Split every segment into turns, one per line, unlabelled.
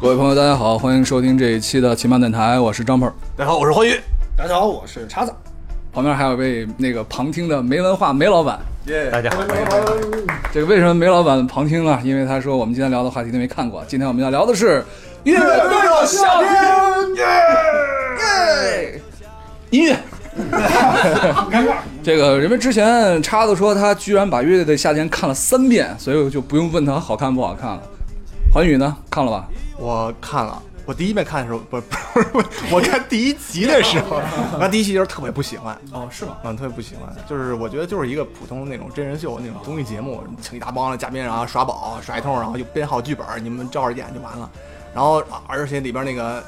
各位朋友，大家好，欢迎收听这一期的奇漫电台，我是张鹏。
大家好，我是欢愉。
大家好，我是叉子。
旁边还有位那个旁听的没文化梅老板。
耶，大家好，
这个为什么梅老板旁听呢？因为他说我们今天聊的话题都没看过。今天我们要聊的是乐队的夏天，耶，音乐。这个因为之前叉子说他居然把《乐队的夏天》看了三遍，所以我就不用问他好看不好看了。环宇呢，看了吧？
我看了，我第一遍看的时候，不不是，不是 我看第一集的时 候，我看第一集就是特别不喜欢，
哦，是吗？
嗯，特别不喜欢，就是我觉得就是一个普通的那种真人秀那种综艺节目，请一大帮的嘉宾，然后耍宝甩通，然后就编好剧本，你们照着演就完了。然后啊而且里边那个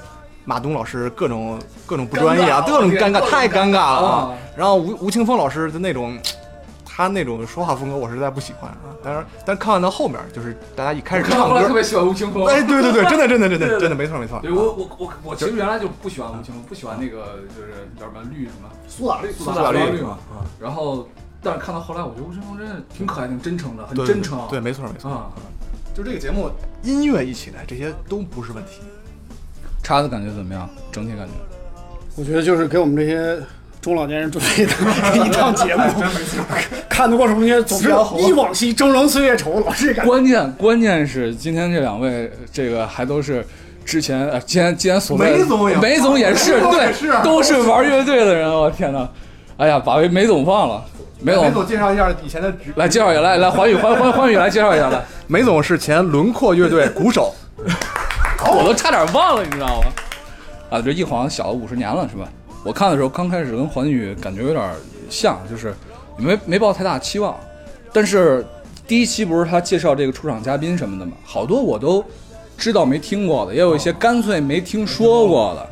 马东老师各种各种不专业
尴
啊，
尬
各种
我
尴
天
尬，太尴尬
啊
了啊。然后吴吴青峰老师的那种。他那种说话风格我实在不喜欢啊，但是但是看完到后面，就是大家一开始唱歌，
喜欢吴青峰
哎，对对对，真的真的真
对对
的真的没错没啊错。
对我我我我其实原来就不喜欢吴青峰，不喜欢那个就是叫什么绿什么
苏打绿，
苏
打绿
绿嘛。然后，但是看到后来，我觉得吴青峰真的挺可爱、挺真诚的，很
对
真诚。
对，没错没错。
啊，
就这个节目，音乐一起来，这些都不是问题。
叉子感觉怎么样？整体感觉？
我觉得就是给我们这些中老年人准备的 一档节目，看得过什么些总是忆往昔峥嵘岁月稠，老是这感觉。
关键关键是今天这两位，这个还都是。之前呃，既然既然所谓
梅总也
梅总也是
梅总也
对，
是啊
都是玩乐队的人，啊我天哪！哎呀，把梅总忘了，梅
哎梅
总
总介绍一下以前的职。
来介绍一下，来来，环宇环环环宇来介绍一下来，
梅总是前轮廓乐队鼓手，
我都差点忘了，你知道吗？啊，这一晃小了五十年了，是吧？我看的时候，刚开始跟环宇感觉有点像，就是没没抱太大期望。但是第一期不是他介绍这个出场嘉宾什么的嘛，好多我都知道没听过的，也有一些干脆没听说过的。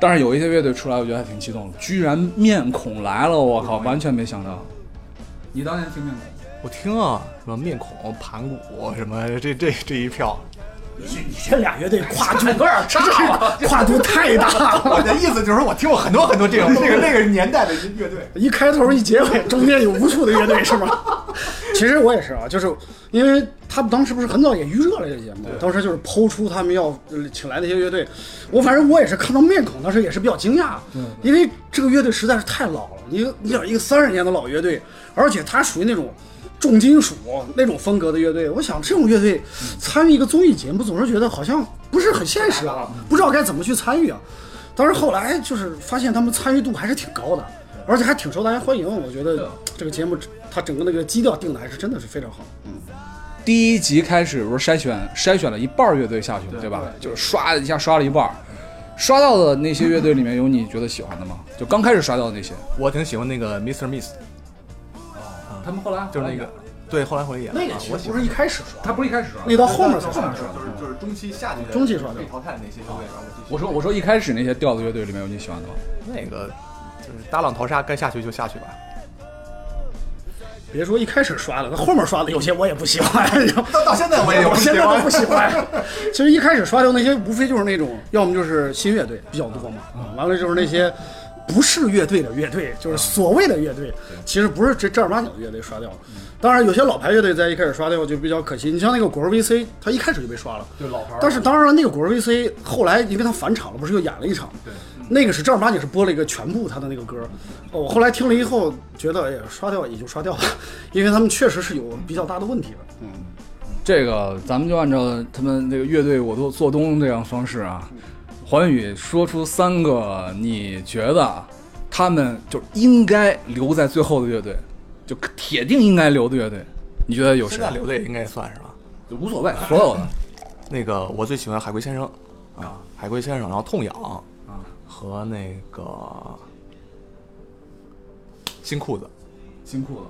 但是有一些乐队出来，我觉得还挺激动的，居然面孔来了，我靠，完全没想到。你当年听面孔？
我听啊，什么面孔、盘古，什么这这这一 票，
你这俩乐队跨度跨度太大了，
我的意思就是说我听过很多很多这 种这个那个年代的音乐队。
一开头一结尾，中间有无数的乐队是吗？ 其实我也是啊，就是因为他们当时不是很早也预热了这个节目，当时就是抛出他们要呃请来那些乐队，我反正我也是看到面孔，当时也是比较惊讶，因为这个乐队实在是太老了，你你想一个三十年的老乐队，而且它属于那种重金属那种风格的乐队，我想这种乐队参与一个综艺节目，总是觉得好像不是很现实啊，不知道该怎么去参与啊。当然后来就是发现他们参与度还是挺高的，而且还挺受大家欢迎。我觉得这个节目它整个那个基调定的还是真的是非常好。
第一集开始不是筛选筛选了一半儿乐队下去嘛，
对
对吧？
对
就是刷一下刷了一半儿，刷到的那些乐队里面有你觉得喜欢的吗？就刚开始刷到的那些，
我挺喜欢那个 Mr. Miss，
他们后来
就是那个，对，后来回来演了。
那个
啊
其
我
实
喜
不
欢
是一开始说，
他不是一开始刷
那到后面才说
就是就是就是中期下去的
中期说的
被淘汰的那些乐队，然后我继续
我说我说一开始那些调子乐队里面有你喜欢的吗？
那个就是大浪淘沙，该下去就下去吧。
别说一开始刷的，那后面刷的有些我也不喜 欢。
到到现在我也有
我
不喜
现
欢
在都不喜欢。 其实一开始刷掉那些，无非就是那种，要么就是新乐队比较多嘛，啊，完了就是那些不是乐队的乐队，
啊
就是所谓的乐队，其实不是这正儿八经的乐队刷掉了。
嗯
当然，有些老牌乐队在一开始刷掉就比较可惜。你像那个果儿 VC，他一开始就被刷了，
就老牌
但是当然，那个果儿 VC 后来因为他返场了，不是又演了一场吗？那个是正儿八经是播了一个全部他的那个歌。哦我后来听了以后觉得，哎呀，刷掉也就刷掉吧，因为他们确实是有比较大的问题的。嗯，
这个咱们就按照他们这个乐队我做做东这样的方式啊，环宇说出三个你觉得他们就应该留在最后的乐队，就铁定应该留的乐队，你觉得有
现
谁？啊
在留的也应该算是吧。
无所谓，所有的。
那个我最喜欢海龟先生啊，海龟先生，然后痛痒
啊
和那个新裤子。
新裤子。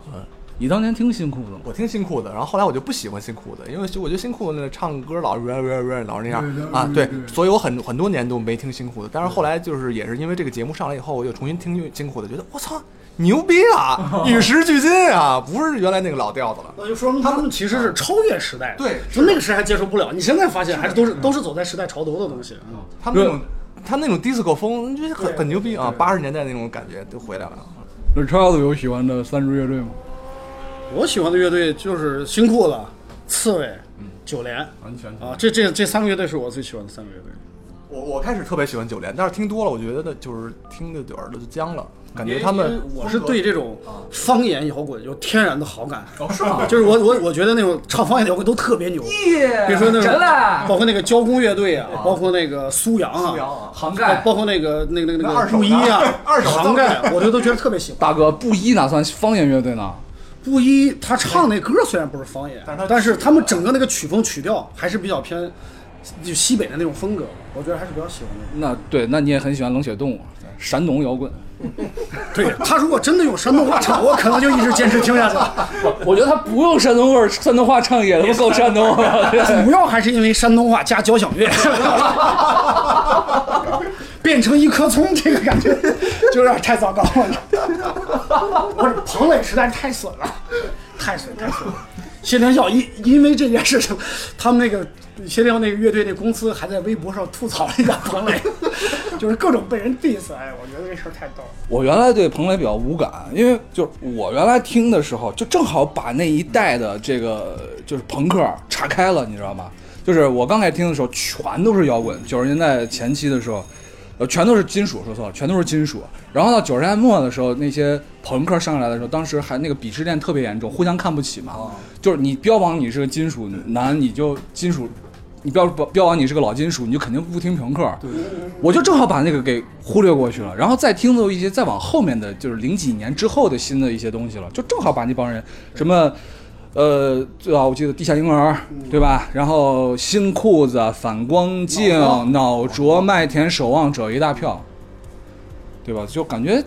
你当年听新裤子吗？
我听新裤子，然后后来我就不喜欢新裤子，因为就我觉得新裤子那唱歌老是 rap rap rap 老是那样啊，对，所以我很很多年都没听新裤子。但是后来就是也是因为这个节目上来以后，我又重新听新裤子，觉得我操牛逼啊，与时俱进啊，不是原来那个老调子了。
那就说明嗯啊他们其实是超越时代的，
对
就那个时代还接受不了，你现在发现还是都是嗯都是走在时代潮流的东西。啊
他们那种他们那种 disco 风，就是很很牛逼啊，八十年代那种感觉都回来了。
那 c h a r l 有喜欢的三支乐队吗？
我喜欢的乐队就是新裤子、刺猬、九连
完全
啊，这这这三个乐队是我最喜欢的三个乐队。
我我开始特别喜欢九连，但是听多了，我觉得就是听的耳朵就僵了，感
因
觉
为
他
因
们
为我是啊对这种方言摇滚有天然的好感，
哦，是吗？
就是我我我觉得那种唱方言摇滚都特别牛，比如说那
真
种
的，
包括那个交工乐啊队啊，包括那个苏阳
不
啊，
啊，
杭
哎
包
盖
包括那个那个那个
那
那
二
个
手
布衣啊
的二手的
杭盖，啊我觉得都觉得特别喜欢。
大哥，布衣哪算方言乐队呢？
布衣他唱那歌虽然不是方言
但是他，
但是他们整个那个曲风曲调还是比较偏就西北的那种风格，我觉得还是比较喜欢的。
那对，那你也很喜欢冷血动物，山东摇滚。
对他如果真的用山东话唱，我可能就一直坚持听下去了。
我觉得他不用山东味儿，山东话唱也他妈够山东啊 了。
主要还是因为山东话加交响乐，变成一棵葱，这个感觉就有点太糟糕了。我这彭磊实在是太损了，太损太损了。谢天笑因因为这件事情，他们那个谢天笑那个乐队那公司还在微博上吐槽了一下彭磊，就是各种被人 diss。哎，我觉得这事儿太逗了。
我原来对彭磊比较无感，因为就是我原来听的时候，就正好把那一代的这个就是朋克岔开了，你知道吗？就是我刚开始听的时候，全都是摇滚，九十年代前期的时候，呃，全都是金属，说错了，全都是金属。然后到九十年代末的时候，那些朋克上来的时候，当时还那个鄙视链特别严重，互相看不起嘛。就是你标榜你是个金属男，你就金属，你标标榜你是个老金属，你就肯定不听朋克。对。我就正好把那个给忽略过去了，然后再听到一些再往后面的，就是零几年之后的新的一些东西了，就正好把那帮人什么，呃，最早我记得地下婴儿，对吧？然后新裤子、反光镜、脑浊、麦田守望者一大票，对吧？就感觉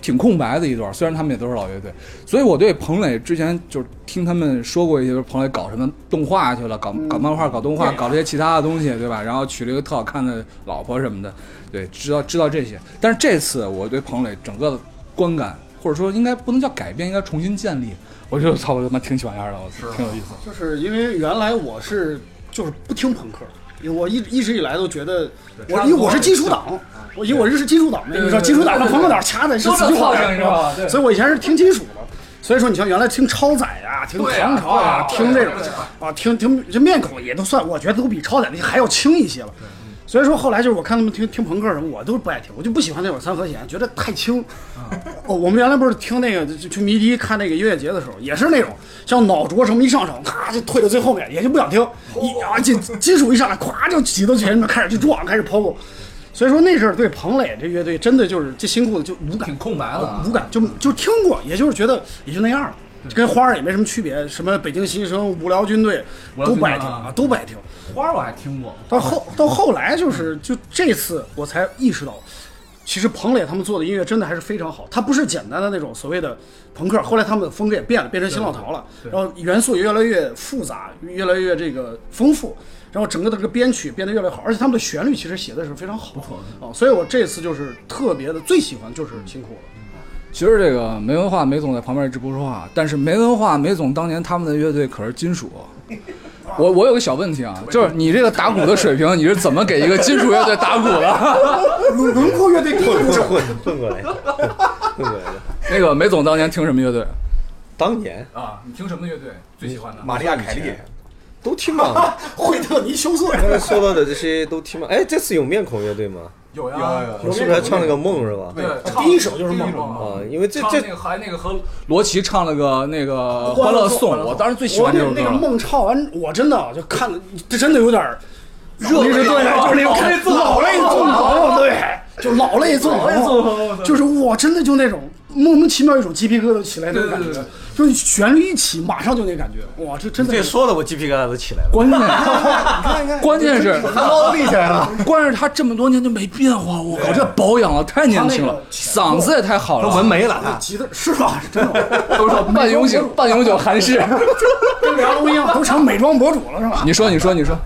挺空白的一段，虽然他们也都是老乐队，所以我对彭磊之前就是听他们说过一些，就是彭磊搞什么动画去了，搞
嗯
搞漫画、搞动画，搞这些其他的东西，对吧？然后娶了一个特好看的老婆什么的，对，知道知道这些。但是这次我对彭磊整个的观感，或者说应该不能叫改变，应该重新建立。我觉得操，我他妈挺喜欢样的，我操挺有意思。
就是因为原来我是就是不听朋克，因为我一一直以来都觉得我因为我是金属党，我因为我认识金属党的，你知道金属党和朋克党掐的是死句话，你知道吧？所以我以前是听金属的。所以说，你像原来听超载呀、听唐朝啊、听这种啊、听听这面孔也都算，我觉得都比超载那些还要轻一些了。所以说后来就是我看他们听听朋克什么，我都不爱听，我就不喜欢那种三和弦，觉得太轻。哦，我们原来不是听那个就就去迷笛看那个音乐节的时候，也是那种像脑浊什么一上场，咔就退到最后面，也就不想听。一啊金金属一上来，咵就挤到前面开始去撞，开始抛物。所以说那阵儿对彭磊这乐队真的就是这新裤子就无感，
空白
无感就就听过，也就是觉得也就那样了，跟花儿也没什么区别。什么北京新生、无聊军队
聊
都
军
不爱
队
听
啊
都不爱听。
花儿我还听过，
到 后到后来就是就这次我才意识到，其实彭磊他们做的音乐真的还是非常好，他不是简单的那种所谓的朋克，后来他们的风格也变了，变成新浪潮了，然后元素也越来越复杂，越来越这个丰富。然后整个的这个编曲变得越来越好，而且他们的旋律其实写的是非常好，不错
嗯
啊、所以我这次就是特别的最喜欢就是辛苦了，
其实这个没文化梅总在旁边一直不说话，但是没文化梅总当年他们的乐队可是金属。我我有个小问题啊，就是你这个打鼓的水平，你是怎么给一个金属乐队打鼓的？
轮轮廓乐队第一
混
鼓手
混混混过来的，混过来的。
那个梅总当年听什么乐队？
当年
啊，你听什么乐队最喜欢的？
玛利亚凯莉，
都听嘛，
惠特尼休斯顿，
刚才说到的这些都听嘛。哎，这次有面孔乐队吗？
有呀，
有啊
我是不是还唱了个梦是吧？
对，
第一首就是梦
啊，因为这
唱那
这
个还那个和
罗琦唱了个那个《
欢
欢
乐
乐
颂
颂》，我当 时最喜
我
欢
那
这首歌
那个
了。
梦唱完，我真的就看了，这真的有点儿热泪
老
对，
泪
就是那种
啊老泪纵横啊
老泪纵横，对，就老泪纵
老泪纵横我
横，
操
就是我真的就那种莫名其妙一种鸡皮疙瘩起来那种感
对对
觉
对，
就是旋律一起马上就那感觉，哇，这真的
这
是
说的我鸡皮疙瘩都起来了。
关键，关键是，
都立起来了。
关键是他这么多年就没变化，我靠，这保养了太年轻
他那
了
个，
嗓子也太好了。
纹没了
啊
他。
急的是吧？是真 的，
都说半永 久，半永久韩式。
跟梁龙一样都成美妆博主了是吧？
你说，你说，你说，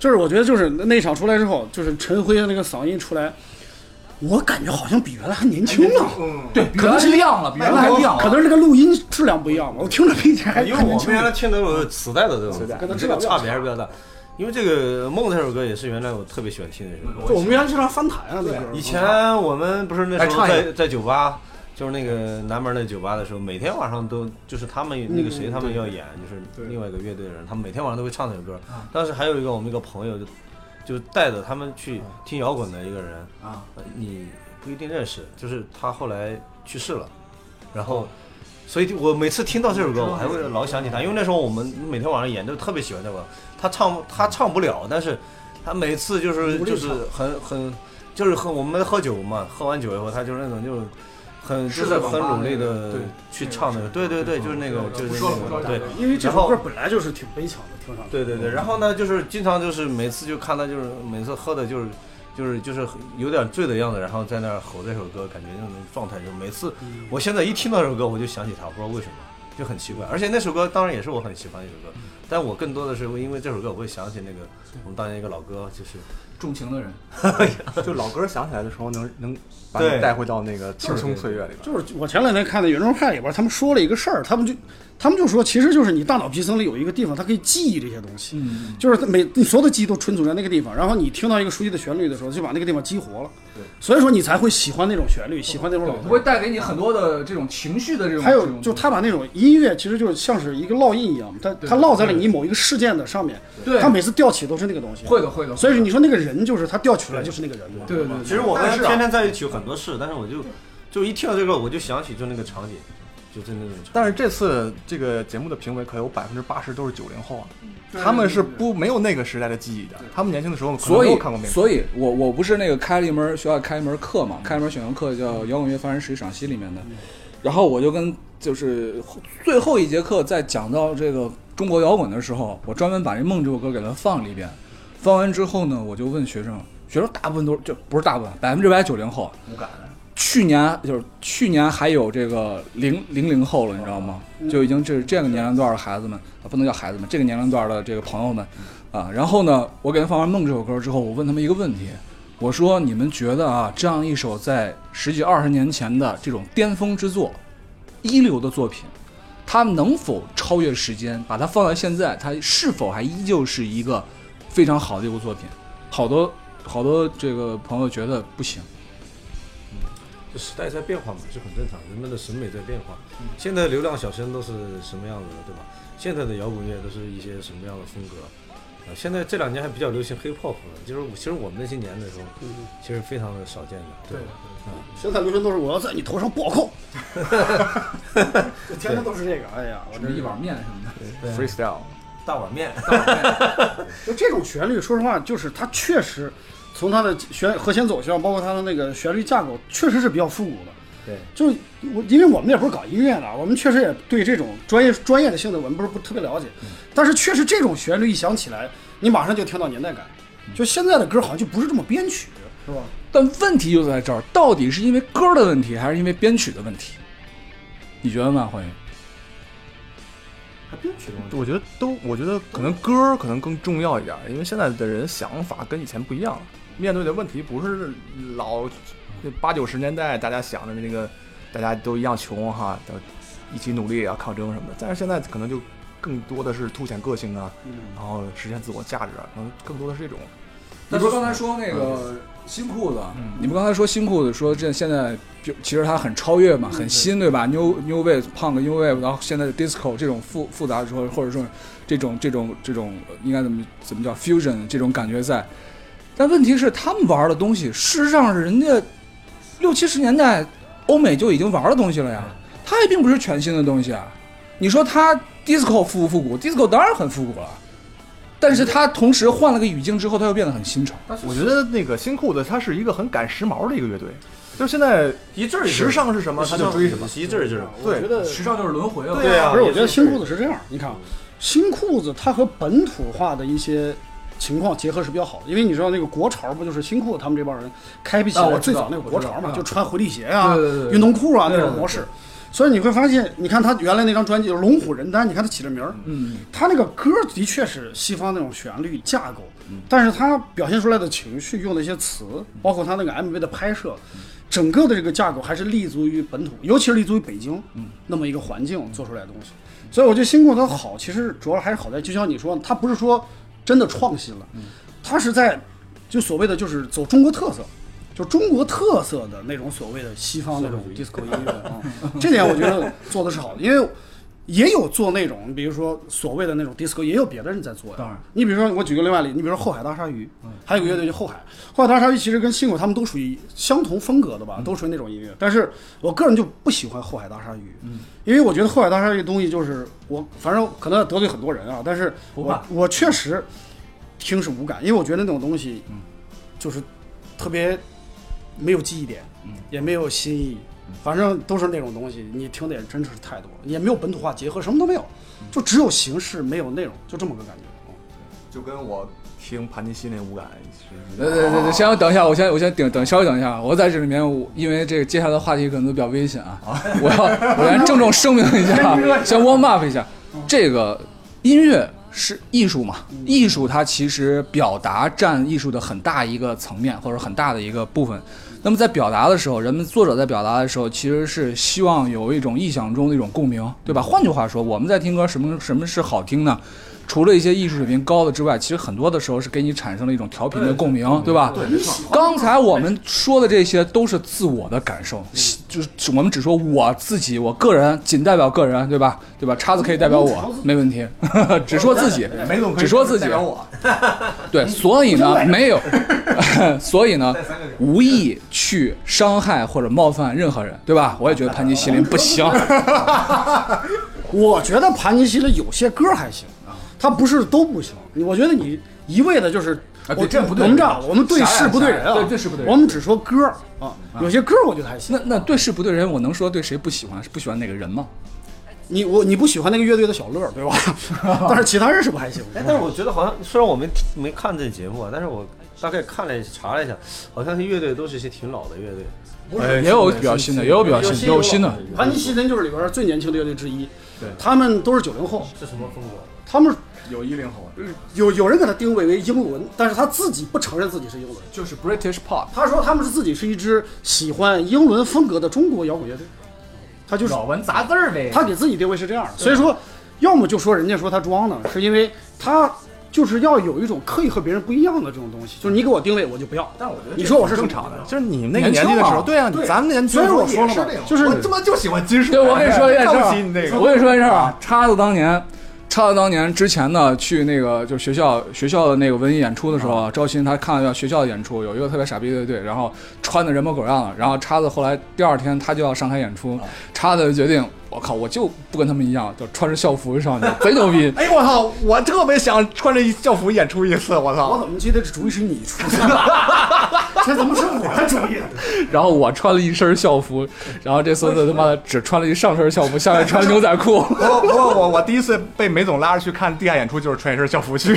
就是我觉得就是那那场出来之后，就是陈辉的那个嗓音出来，我感觉好像比原来还年轻了。
嗯
对，可能是亮了，比原来还亮了
可。能是这个录音质量不一样吧，我听着比以前还
哎因为我
年
们
轻。
原来听的都是磁带的这种，
可能
这个差别还是比较大。因为这个《梦》这首歌也是原来我特别喜欢听的一首歌。
我们原来经常翻弹啊，对，
以前我们不是那时候
哎来唱一
在在酒吧就是那个南门那酒吧的时候，每天晚上都就是他们那个谁他们要演，就是另外一个乐队的人，他们每天晚上都会唱这首歌。当时还有一个我们一个朋友就就带着他们去听摇滚的一个人，
啊，
呃你不一定认识，就是他后来去世了，然后。所以，我每次听到这首歌，我还会老想起他，因为那时候我们每天晚上演，就特别喜欢这个。他唱他唱不了，但是他每次就是
努力
就
唱
是很很就是很我们喝酒嘛，喝完酒以后，他就是那种就是很就是是
吧
很努力的
对
去唱那个，对
那个
对
是
对，
嗯
就是那个
对
就是
不
那
说了不说
个
了
对
不说了
因为这
然
首
后
歌本来就是挺悲情的，听上去。
对对对，然后呢，就是经常就是每次就看他就是每次喝的就是就是就是有点醉的样子，然后在那儿吼这首歌，感觉那种状态就每次我现在一听到这首歌，我就想起他，不知道为什么。就很奇怪，而且那首歌当然也是我很喜欢的一首歌，但我更多的是因为这首歌，我会想起那个我们当年一个老哥，就是
重情的人，
就老歌想起来的时候能，能把
对
你带回到那个青葱岁月里边。
就是我前两天看的《圆桌派》里边，他们说了一个事儿，他们就他们就说，其实就是你大脑皮层里有一个地方，它可以记忆这些东西，
嗯，
就是它每你所有的记忆都存储在那个地方，然后你听到一个熟悉的旋律的时候，就把那个地方激活了，所以说你才会喜欢那种旋律，喜欢那种老
对，
歌
会。带给你很多的这种情绪的这种。
还有
这种
就他把那种音乐，其实就像是一个烙印一样，它它烙在了你某一个事件的上面，
对
它每次调起都是那个东西。
会的会的，
所以说你说那个人就是他调取出来就是那个人嘛。
对对对，
其实我
但
们
是啊
天天在一起有很多事，但是我就就一听到这个，我就想起就那个场景，就是那种场景。
但是这次这个节目的评委可有百分之八十都是九零后啊，他们是不没有那个时代的记忆的，他们年轻的时候可能
所
没有
以
看过，面。
所以我我不是那个开了一门学校开一门课嘛，开一门选修课叫《摇滚乐发展史与赏析》里面的，
嗯
然后我就跟就是后最后一节课在讲到这个中国摇滚的时候，我专门把这《梦》这首歌给它放了一遍，放完之后呢，我就问学生，学生大部分都是就不是大部分，百分之百九零后，
无感，
啊
去年就是去年还有这个零零零后了，你知道吗？
哦
就
嗯
已经这这个年龄段的孩子们啊，不能叫孩子们，这个年龄段的这个朋友们
嗯
啊。然后呢，我给他放完《梦》这首歌之后，我问他们一个问题，我说你们觉得啊，这样一首在十几二十年前的这种巅峰之作，一流的作品，它能否超越时间？把它放到现在，它是否还依旧是一个非常好的一部作品？好多好多这个朋友觉得不行。
这时代在变化嘛，这很正常，人们的审美在变化。现在流量小生都是什么样子的，对吧？现在的摇滚乐都是一些什么样的风格？啊，现在这两年还比较流行 hip hop 了，就是我其实我们那些年的时候，其实非常的少见的，嗯对吧？
现在流行都是我要在你头上暴扣， 天天都是这个。哎呀，我
什么一碗面什么的，
freestyle，
大碗面，
就这种旋律，说实话，就是它确实从它的旋和弦走向，包括它的那个旋律架构，确实是比较复古的。
对，
就我因为我们那会儿搞音乐的，我们确实也对这种专业专业的性的文不是不特别了解，但是确实这种旋律一响起来，你马上就听到年代感。就现在的歌好像就不是这么编曲，嗯是吧？
但问题就在这儿，到底是因为歌的问题，还是因为编曲的问题？你觉得呢，欢迎？
还编曲的问题。
我觉得都，我觉得可能歌儿可能更重要一点，因为现在的人想法跟以前不一样了，面对的问题不是老八九十年代大家想的那个，大家都一样穷哈，都一起努力啊，抗争什么的。但是现在可能就更多的是凸显个性啊，然后实现自我价值啊，可能更多的是这种。
你不是刚嗯才说那个新裤子？啊你不刚才说新裤子说这现在就其实它很超越嘛，很新嗯对吧？New New Wave、Punk、New Wave，然后现在的 Disco 这种复复杂说，或者说这种这种这种呃应该怎么怎么叫 Fusion 这种感觉在。但问题是，他们玩的东西，事实上是人家六七十年代欧美就已经玩的东西了呀，它也并不是全新的东西啊。你说它 disco 复不复古？disco 当然很复古了，但是它同时换了个语境之后，它又变得很新潮。
我觉得那个新裤子它是一个很赶时髦的一个乐队，就是现在
一阵儿一阵儿
时尚是什么，他就追什么。，
一阵儿一阵儿。
我觉得
时尚就是轮回了。
对啊，
不是，我觉得
也
新裤子是这样，你看，啊，新裤子它和本土化的一些情况结合是比较好的，因为你知道那个国潮不就是新裤子他们这帮人开辟起
啊
来
我
最
知道
早那个国潮嘛，
我知道
就穿回力鞋啊、
对对对对
运动裤啊那
对对
种模式。所以你会发现，你看他原来那张专辑《龙虎人丹》，你看他起这名儿，
嗯，
他那个歌的确是西方那种旋律架构，但是他表现出来的情绪、用的一些词，包括他那个 MV 的拍摄，整个的这个架构还是立足于本土，尤其是立足于北京那么一个环境做出来的东西。所以我觉得新裤子它好，其实主要还是好在，就像你说，它不是嗯说真的创新了，它是在就所谓的就是走中国特色，就中国特色的那种所谓的西方那种 disco 音乐啊，这点我觉得做的是好的，因为也有做那种，比如说所谓的那种 disco，也有别的人在做呀。
当然，嗯
你比如说我举个另外例，你比如说后海大鲨鱼，还有个乐队叫后海，后海大鲨鱼其实跟信口他们都属于相同风格的
嗯
吧，都属于那种音乐，但是我个人就不喜欢后海大鲨鱼，
嗯
因为我觉得后海大鲨鱼东西就是我，反正可能得罪很多人啊，但是
不
我
怕
我确实听是无感，因为我觉得那种东西
嗯
就是特别没有记忆点，
嗯
也没有新意，反正都是那种东西，你听的也真是太多了，也没有本土化结合，什么都没有，
嗯
就只有形式没有内容，就这么个感
哦
觉。嗯
就跟我听盘尼西那无感是一
呃，
样
对对对，先等一下，我先我先顶等稍微等一下，我在这里面，我因为这个接下来的话题可能都比较危险啊，
哦
我要我先郑重声明一 下，啊先 warm up 一下，
嗯
这个音乐是艺术嘛，艺术它其实表达占艺术的很大一个层面或者很大的一个部分。那么在表达的时候，人们作者在表达的时候，其实是希望有一种意想中的一种共鸣，对吧？换句话说，我们在听歌，什么什么是好听呢？除了一些艺术水平高的之外，其实很多的时候是给你产生了一种调频的共鸣，对吧？
对，没错，
刚才我们说的这些都是自我的感受，就是我们只说我自己，我个人仅代表个人，对吧？对吧？叉子可以代表我，没问题， 只说自己，
梅总可以
只说自己
代表我，
对，所以呢，没有， 所以呢，无意去伤害或者冒犯任何人，对吧？我也觉得潘金西林不行，
我觉得盘尼西的有些歌还行，
啊
他不是都不行。我觉得你一味的就是。
啊对
我
这不对
我们这
人
样，我们对
狭
事
隘
不对人
狭隘
啊，
对对事不对人
我们只说歌儿啊，有些歌儿我觉得还行。
那那对事不对人，我能说对谁不喜欢，是不喜欢哪个人吗？
你我你不喜欢那个乐队的小乐儿，对吧？但是其他人是不还行。
哎，但是我觉得好像虽然我没没看这节目啊，但是我大概看了查了一下，好像是乐队都是一些挺老的乐队。
也有比较新哎的，也有比较新的，也有新的。
盘尼西林就是里边最年轻的乐队之一，他们都是九零后，
是什么风格？
他们
有一零后，
有有人给他定位为英伦，但是他自己不承认自己是英伦。
就是 British pop，
他说他们是自己是一支喜欢英伦风格的中国摇滚乐队，他就是
老文杂字儿呗。
他给自己定位是这样的，所以说，要么就说人家说他装呢，是因为他就是要有一种刻意和别人不一样的这种东西，就是你给我定位我就不要，
但我觉得
你说我是
正
什
常
么
的，
就是你们那个年纪的时
年轻
候，
嘛
对啊，
对
咱们年轻
所
的
以
时候
我说了嘛
也
就是
我他妈就喜欢金属。
对，我跟你说一件事
看
儿啊
不起你这个。。
我跟你说一件事儿啊，叉子当年，叉子当年之前呢，去那个就是学校学校的那个文艺演出的时候啊，赵鑫他看了学校的演出，有一个特别傻逼的乐队，然后穿的人模狗样的，然后叉子后来第二天他就要上台演出，叉子就决定，我靠，我就不跟他们一样，就穿着校服上去，贼牛逼
哎，我操！我特别想穿着校服演出一次，我
我
操！
怎么记得这主意是你出的？ 这怎么是我的主意？
然后我穿了一身校服，然后这孙子他妈的只穿了一上身校服，下面穿牛仔裤。
我我我我第一次被梅总拉着去看地下演出，就是穿一身校服 去。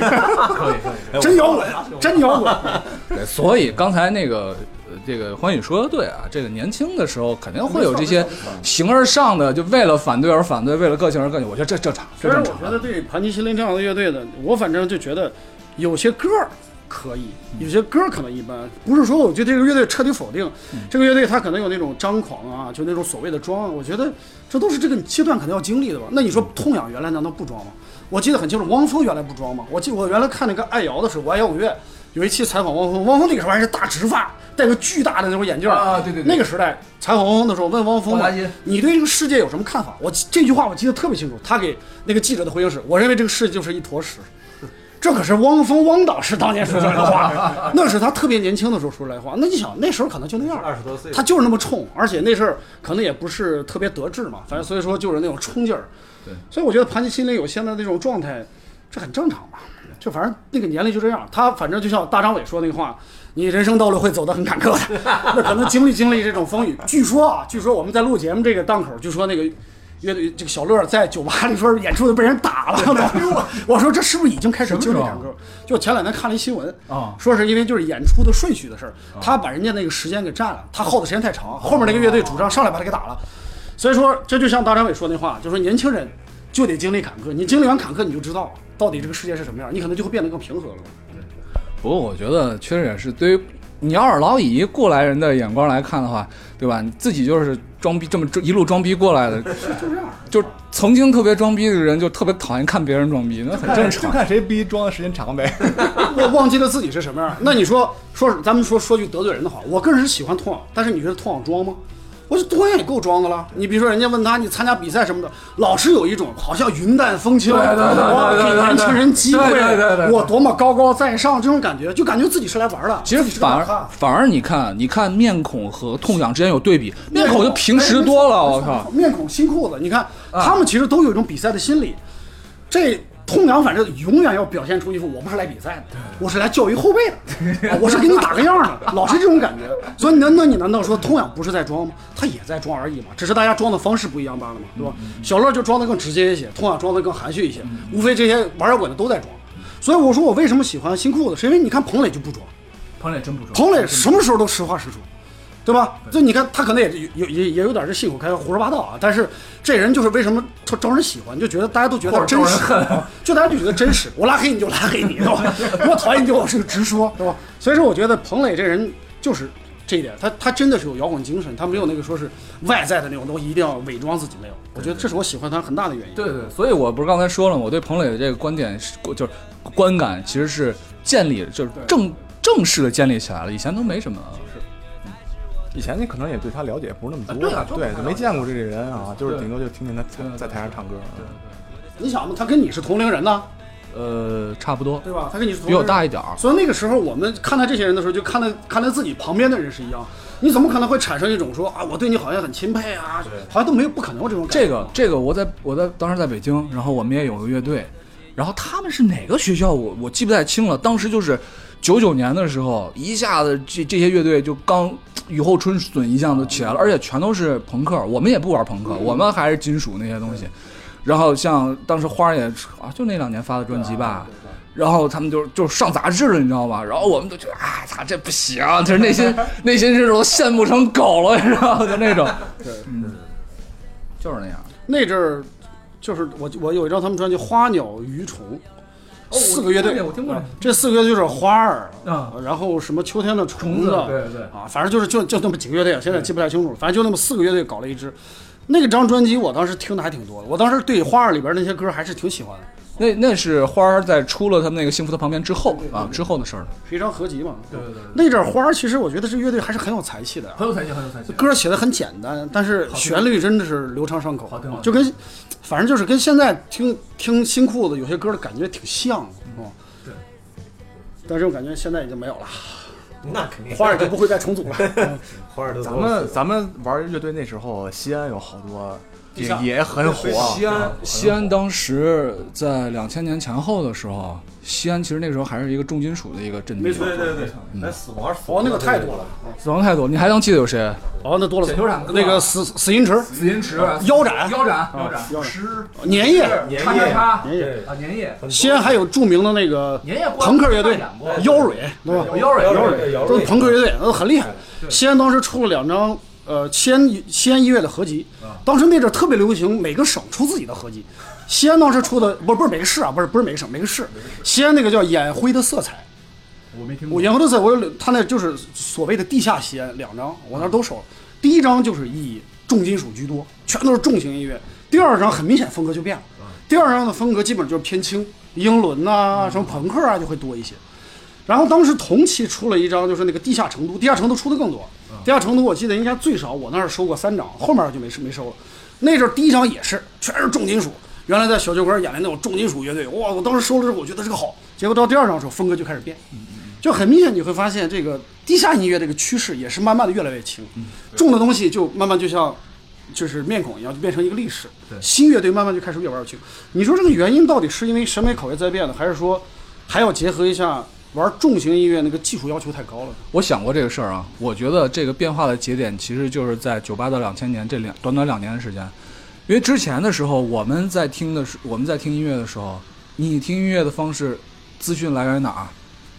真摇滚，真摇滚！
对，所以刚才那个呃这个欢宇说的对啊，这个年轻的时候肯定会有这些形而上的，就为了反对而反对，为了个性而个性，我觉得这正常，
虽
这
然
正
我
常
觉。得
啊
对盘尼西林这样的乐队的，我反正就觉得有些歌儿可以，
嗯
有些歌儿可能一般。不是说我对这个乐队彻底否定，
嗯
这个乐队它可能有那种张狂啊，就那种所谓的装啊。我觉得这都是这个阶段肯定要经历的吧。那你说痛痒原来难道不装吗？我记得很清楚，汪峰原来不装吗？我记我原来看那个爱瑶的时候，我爱摇滚乐有一期采访汪峰，汪峰那个时候还是大直发，戴个巨大的那种眼镜儿
啊对对对
那个时代采访汪峰的时候问汪峰嘛
黄大仙
你对这个世界有什么看法？我记这句话我记得特别清楚，他给那个记者的回应是：我认为这个世界就是一坨屎。这可是汪峰汪导师当年说出来的 话，那是他特别年轻的时候说出来的话。那你想，那时候可能就那样，
二十多岁
他就是那么冲，而且那事儿可能也不是特别得志嘛，反正所以说就是那种冲劲儿。
对，
所以我觉得盘尼西林有现在那种状态，这很正常吧？就反正那个年龄就这样，他反正就像大张伟说那个话，你人生道路会走得很坎坷的，那可能经历经历这种风雨。据说啊，据说我们在录节目这个档口，据说那个。乐队这个小乐在酒吧里说演出就被人打了，我 我说这是不是已经开始经历坎坷？就前两天看了一新闻
啊
说是因为就是演出的顺序的事儿，他把人家那个时间给占了，他耗的时间太长，后面那个乐队主唱上来把他给打了，所以说这就像大张伟说那话，就说年轻人就得经历坎坷，你经历完坎坷你就知道到底这个世界是什么样，你可能就会变得更平和了。
不过我觉得确实也是，对于你要是老以过来人的眼光来看的话，对吧？你自己就是装逼这么一路装逼过来的，
就这样。
就曾经特别装逼的人，就特别讨厌看别人装逼，那很正
就
常。
看谁逼装的时间长呗。
我忘记了自己是什么样。那你说说，咱们说说句得罪人的话，我个人是喜欢脱网，但是你觉得脱网装吗？我觉得脱网也够装的了。你比如说，人家问他你参加比赛什么的，老是有一种好像云淡风轻，
对对对对
我
对对
给
对
年轻人机会，
对对对对对
我多么高高在上，这种感觉就感觉自己是来玩的。
其实
自己是
反
来看
而反而你看，你看面孔和痛痒之间有对比，面孔
孔哎
就平时多了，我靠！！啊
面孔新裤子，你看他们其实都有一种比赛的心理，这。痛痒，反正永远要表现出一副我不是来比赛的，我是来教育后辈的， 啊我是给你打个样的，老是这种感觉。所以，难道你难道说痛痒不是在装吗？他也在装而已嘛，只是大家装的方式不一样罢了嘛，对吧？
嗯
小乐就装的更直接一些，痛痒装的更含蓄一些，无非这些玩摇滚的都在装。所以我说我为什么喜欢新裤子，是因为你看彭磊就不装，
彭磊真不装，
彭磊什么时候都实话实说，对吧？就你看他可能也有也也有点这信口开河、胡说八道啊，但是这人就是为什么招招人喜欢，就觉得大家都觉得他真实，
啊
就大家就觉得真实。我拉黑你就拉黑你，对吧？ 我讨厌你就我是直说，对吧？所以说我觉得彭磊这人就是。这一点，他他真的是有摇滚精神，他没有那个说是外在的那种，我一定要伪装自己没有。我觉得这是我喜欢他很大的原因。
对对，所以我不是刚才说了吗？我对彭磊的这个观点是，就是观感其实是建立，就是正正式的建立起来了，以前都没什么。啊
以前你可能也对他了解不是那么多，
啊对啊就不
对
太了，解
没见过这个人啊，就是
对
顶多就听见他在台上唱歌。啊
你想嘛，他跟你是同龄人呢，
呃，差不多，
对吧？他跟你是同
比
龄
我
人
大一点儿。
所以那个时候我们看待这些人的时候，就看待看待自己旁边的人是一样。你怎么可能会产生一种说啊，我对你好像很钦佩啊，好像都没有不可能有这种感觉
这个这个，我在我在当时在北京，然后我们也有个乐队，然后他们是哪个学校我我记不太清了。当时就是九九年的时候，一下子这这些乐队就刚雨后春笋一下子起来了，而且全都是朋克，我们也不玩朋克，我们还是金属那些东西。然后像当时花儿也啊，就那两年发的专辑吧。然后他们就就上杂志了，你知道吗？然后我们都觉得，啊，操，这不行，就是内心内心是都羡慕成狗了，你知道吗？就那种，嗯，就是那样。
那阵儿就是我我有一张他们专辑《花鸟鱼虫》，
哦我
四个乐队，
听过我听过
啊这四个乐队就是花儿
啊，
然后什么秋天的虫
虫子对对
啊，反正就是就就那么几个乐队，现在记不太清楚了，反正就那么四个乐队搞了一支。那个张专辑我当时听的还挺多的，我当时对花儿里边那些歌还是挺喜欢的，
那那是花儿在出了他们那个《幸福的旁边》之后啊，之后的事儿了。
是一张合集嘛。对
对对对
那阵儿花儿，其实我觉得这乐队还是很有才气的，啊
很有才气，很有才气。
歌写的很简单，但是旋律真的是流畅上口
好听好，听
就跟反正就是跟现在听听新裤子有些歌的感觉挺像的，哦。
嗯对，
但这种感觉现在已经没有 了，
那肯定
花儿就不会再重组了。嗯
花儿都
咱们咱们玩乐队那时候，西安有好多也也很火，啊
西安
西安当时在两千年前后的时候，西安其实那时候还是一个重金属的一个阵地。啊
没错
对对对，那死亡嗯死
哦
亡，
那个太多了，
死亡太多，你还能记得有谁？
哦，那多了。
剪球场
那个死死因池、
紫金池、
腰斩、
腰斩、腰斩、
腰斩
石、
粘液，
啊年
叉叉
夜
叉
粘液。
对
啊，年夜。
西安还有著名的那个
粘液过来
朋克乐队
看演过
腰蕊，对吧？
腰蕊，
腰
腰
蕊
蕊，
腰
都
蕊
是朋克乐
啊
队，呃，很厉
哎
害。西安当时出了两张，呃，西安西安音乐的合集，
啊
当时那阵儿特别流行，每个省出自己的合集。西安当时出的不是不是每个市啊，不是不是每个省，每个市。西安那个叫眼灰的色彩，
我没听
我
过。
眼灰的色彩，我有两他那就是所谓的地下西安两张，我那儿都收了。第一张就是以重金属居多，全都是重型音乐。第二张很明显风格就变了，
啊
第二张的风格基本就是偏轻，英伦呐、
嗯
什么朋克啊就会多一些。然后当时同期出了一张，就是那个地下成都，地下成都出的更多。地下成都我记得应该最少我那儿收过三张，后面就没没收了。那阵儿第一张也是全是重金属，原来在小酒馆演的那种重金属乐队，哇！我当时收了之后我觉得这个好，结果到第二张的时候风格就开始变，就很明显你会发现这个地下音乐这个趋势也是慢慢的越来越轻，重的东西就慢慢就像就是面孔一样，就变成一个历史。新乐队慢慢就开始越玩越轻。你说这个原因到底是因为审美口味在变了，还是说还要结合一下玩重型音乐那个技术要求太高了呢？
我想过这个事儿啊，我觉得这个变化的节点其实就是在九八到两千年这两短短两年的时间，因为之前的时候我们在听的是我们在听音乐的时候，你听音乐的方式，资讯来源于哪儿？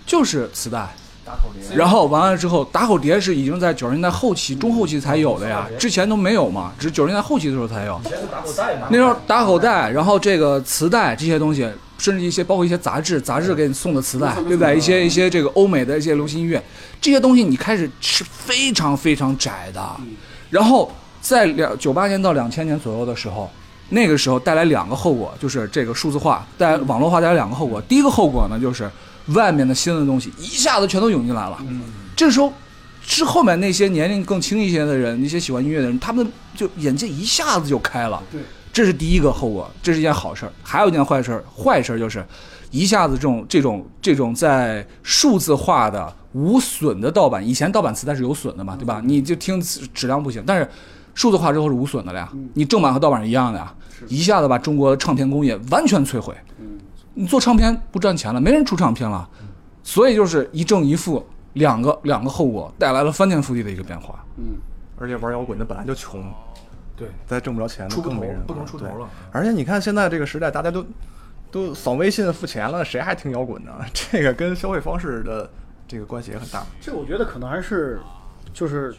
就是磁带。
打口碟
然后完了之后，打口碟是已经在九十年代后期、中后期才有的呀，之前都没有嘛，只是九十年代后期的时候才有。
以前是打口袋嘛
那时候打口袋，然后这个磁带这些东西，甚至一些包括一些杂志，杂志给你送的磁带
没错，没
对不对？
错
一些一些这个欧美的一些流行音乐，这些东西你开始是非常非常窄的。然后在两九八年到两千年左右的时候，那个时候带来两个后果，就是这个数字化带来网络化带来两个后果。第一个后果呢，就是外面的新的东西一下子全都涌进来了。这时候是后面那些年龄更轻一些的人，那些喜欢音乐的人，他们就眼界一下子就开了。
对，
这是第一个后果，这是一件好事儿。还有一件坏事儿，坏事儿就是一下子这种这种这种在数字化的无损的盗版，以前盗版磁带是有损的嘛，对吧？你就听质质量不行，但是数字化之后是无损的了呀，
嗯
你正版和盗版是一样的呀，一下子把中国的唱片工业完全摧毁。
嗯
你做唱片不赚钱了，没人出唱片了，所以就是一正一负两个两个后果带来了翻天覆地的一个变化。
嗯
而且玩摇滚的本来就穷，
对，
再挣不着钱了，
出不
更没
头
人玩
不能出头
对
了
而且你看现在这个时代，大家都都扫微信付钱了，谁还听摇滚呢？ 这个跟消费方式的这个关系也很大。
这我觉得可能还是就是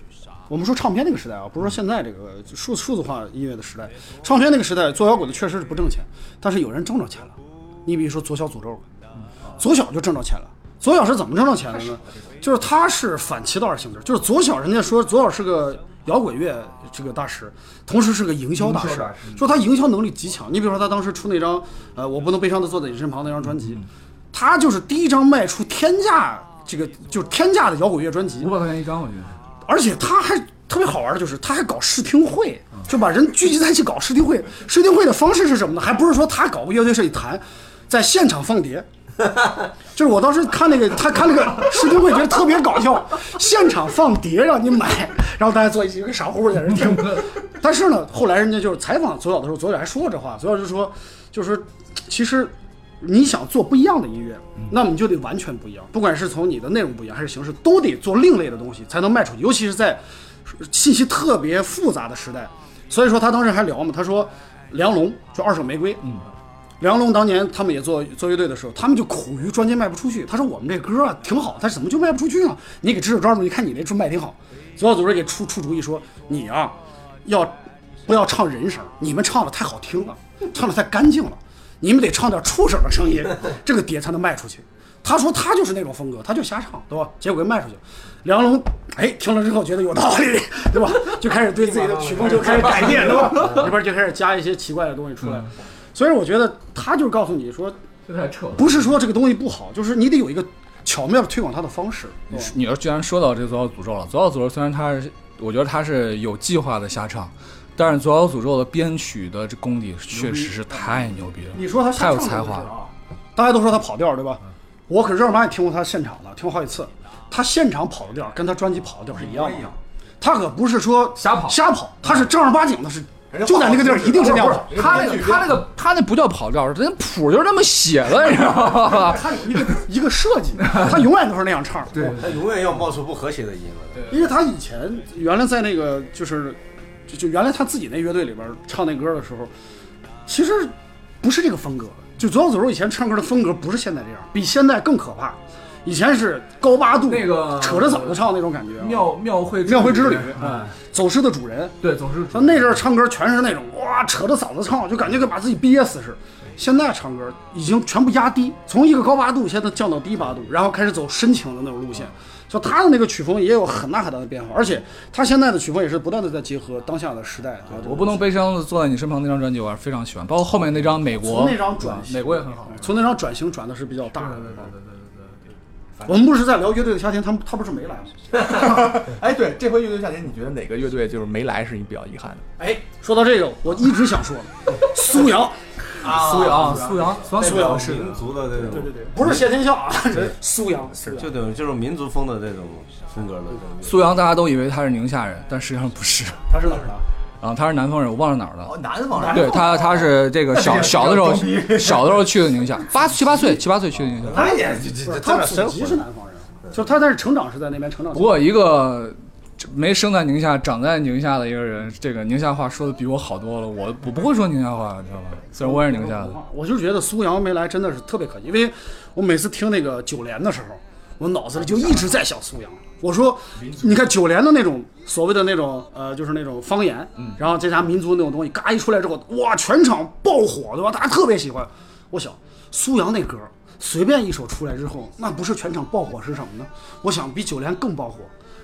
我们说唱片那个时代啊，不是说现在这个数数字化音乐的时代，唱片那个时代做摇滚的确实是不挣钱，但是有人挣着钱了。你比如说左小诅咒吧，左小就挣着钱了。左小是怎么挣着钱的呢？就是他是反其道而行之，就是左小人家说左小是个摇滚乐这个大师，同时是个营销大
营
师
销大师，
就是他营销能力极强。你比如说他当时出那张呃我不能悲伤的坐在你身旁那张专辑，他就是第一张卖出天价这个就是天价的摇滚乐专辑，
五百块钱一张，我觉得
而且他还特别好玩的就是，他还搞试听会，就把人聚集在一起搞试听会。试听会的方式是什么呢？还不是说他搞个乐队是一弹，在现场放碟。就是我当时看那个，他看那个试听会，觉得特别搞笑，现场放碟让你买，然后大家坐一起跟傻乎乎在那听。但是呢，后来人家就是采访左小的时候，左小还说过这话，左小就说，就是说其实你想做不一样的音乐，那么你就得完全不一样，不管是从你的内容不一样，还是形式，都得做另类的东西才能卖出去。尤其是在信息特别复杂的时代，所以说他当时还聊嘛，他说梁龙就二手玫瑰，嗯。梁龙当年他们也做做乐队的时候，他们就苦于专辑卖不出去。他说我们这歌啊挺好，但是怎么就卖不出去呢？你给支支招吧，你看你那出卖挺好。左小组织给出出主意说，你啊要不要唱人声？你们唱的太好听了，唱的太干净了，你们得唱点畜生的声音，这个碟才能卖出去。他说他就是那种风格，他就瞎唱，对吧？结果给卖出去。梁龙哎听了之后觉得有道理，对吧？就开始对自己的曲风就开始改变，对吧？里边就开始加一些奇怪的东西出来。所以我觉得他就是告诉你说，
这太扯了。
不是说这个东西不好，就是你得有一个巧妙的推广它的方式。对吧
你要既然说到这个左小诅咒了，左小诅咒虽然他是，我觉得他是有计划的瞎唱，但是左小诅咒的编曲的这功底确实是太牛逼了，
你说他
太
瞎
有
唱
才
就是
华了。
啊，大家都说他跑调，对吧？我可是正儿八经听过他现场的，听过好几次。他现场跑的调跟他专辑跑的调是一样的，他可不是说
瞎跑
瞎跑，他是正儿八经的，是
家
就在那个地儿一定是那样
不是
跑
不。是
他那个他那个他那不叫跑调，人家谱就是那么写的，你知道吗？
他有一个一个设计，他永远都是那样唱。对，
他永远要冒出不和谐的音了。
因为他以前原来在那个就是就就原来他自己那乐队里边唱那歌的时候，其实不是这个风格。就左小诅咒以前唱歌的风格不是现在这样，比现在更可怕。以前是高八度，
那个
扯着嗓子唱那种感觉啊，
庙庙会
庙会之旅啊嗯
哎，
走失的主人。
对，总是
他那阵儿唱歌全是那种哇扯着嗓子唱，就感觉跟把自己憋死似的。现在唱歌已经全部压低，从一个高八度现在降到低八度，然后开始走深情的那种路线。就他的那个曲风也有很大很大的变化，而且他现在的曲风也是不断的在结合当下的时代啊。这个
我不能悲伤的坐在你身旁那张专辑，我还是非常喜欢，包括后面那张美国嗯
从那张转型
美国也很好。
啊从那张转型转的是比较大的
对。对对对对
我们不是在聊乐队的夏天，他们他不是没来吗？
哎，对，这回乐队夏天，你觉得哪个乐队就是没来是你比较遗憾的？
哎，
说到这个，我一直想说苏阳，
苏阳，啊苏阳，苏阳，
代
苏
表
阳是
民族的那种，对对对，
不是谢天笑啊， 苏阳，苏阳
就等于就是民族风的那种风格的这种。
苏阳，大家都以为他是宁夏人，但实际上不是。
他是哪儿的？
然后他是南方人，我忘了哪儿了。
南方 人
对他，他是这个 小小的时候，小的时候去的宁夏，八七八岁，七八岁去的宁夏。
他也就
不
就就是这
他
么
祖
生
籍
活
是南方人，就是他但是成长是在那边成长起
不
来
过
的。
一个没生在宁夏、长在宁夏的一个人，这个宁夏话说的比我好多了。我我不会说宁夏话，你知道吗？虽然我也是宁夏的。
我就觉得苏阳没来真的是特别可惜，因为我每次听那个九连的时候，我脑子里就一直在想苏阳。我说，你看九连的那种所谓的那种呃，就是那种方
嗯
言，然后再加民族那种东西，嘎一出来之后，哇，全场爆火，对吧？大家特别喜欢。我小苏阳那歌儿随便一首出来之后，那不是全场爆火是什么呢？我想比九连更爆火，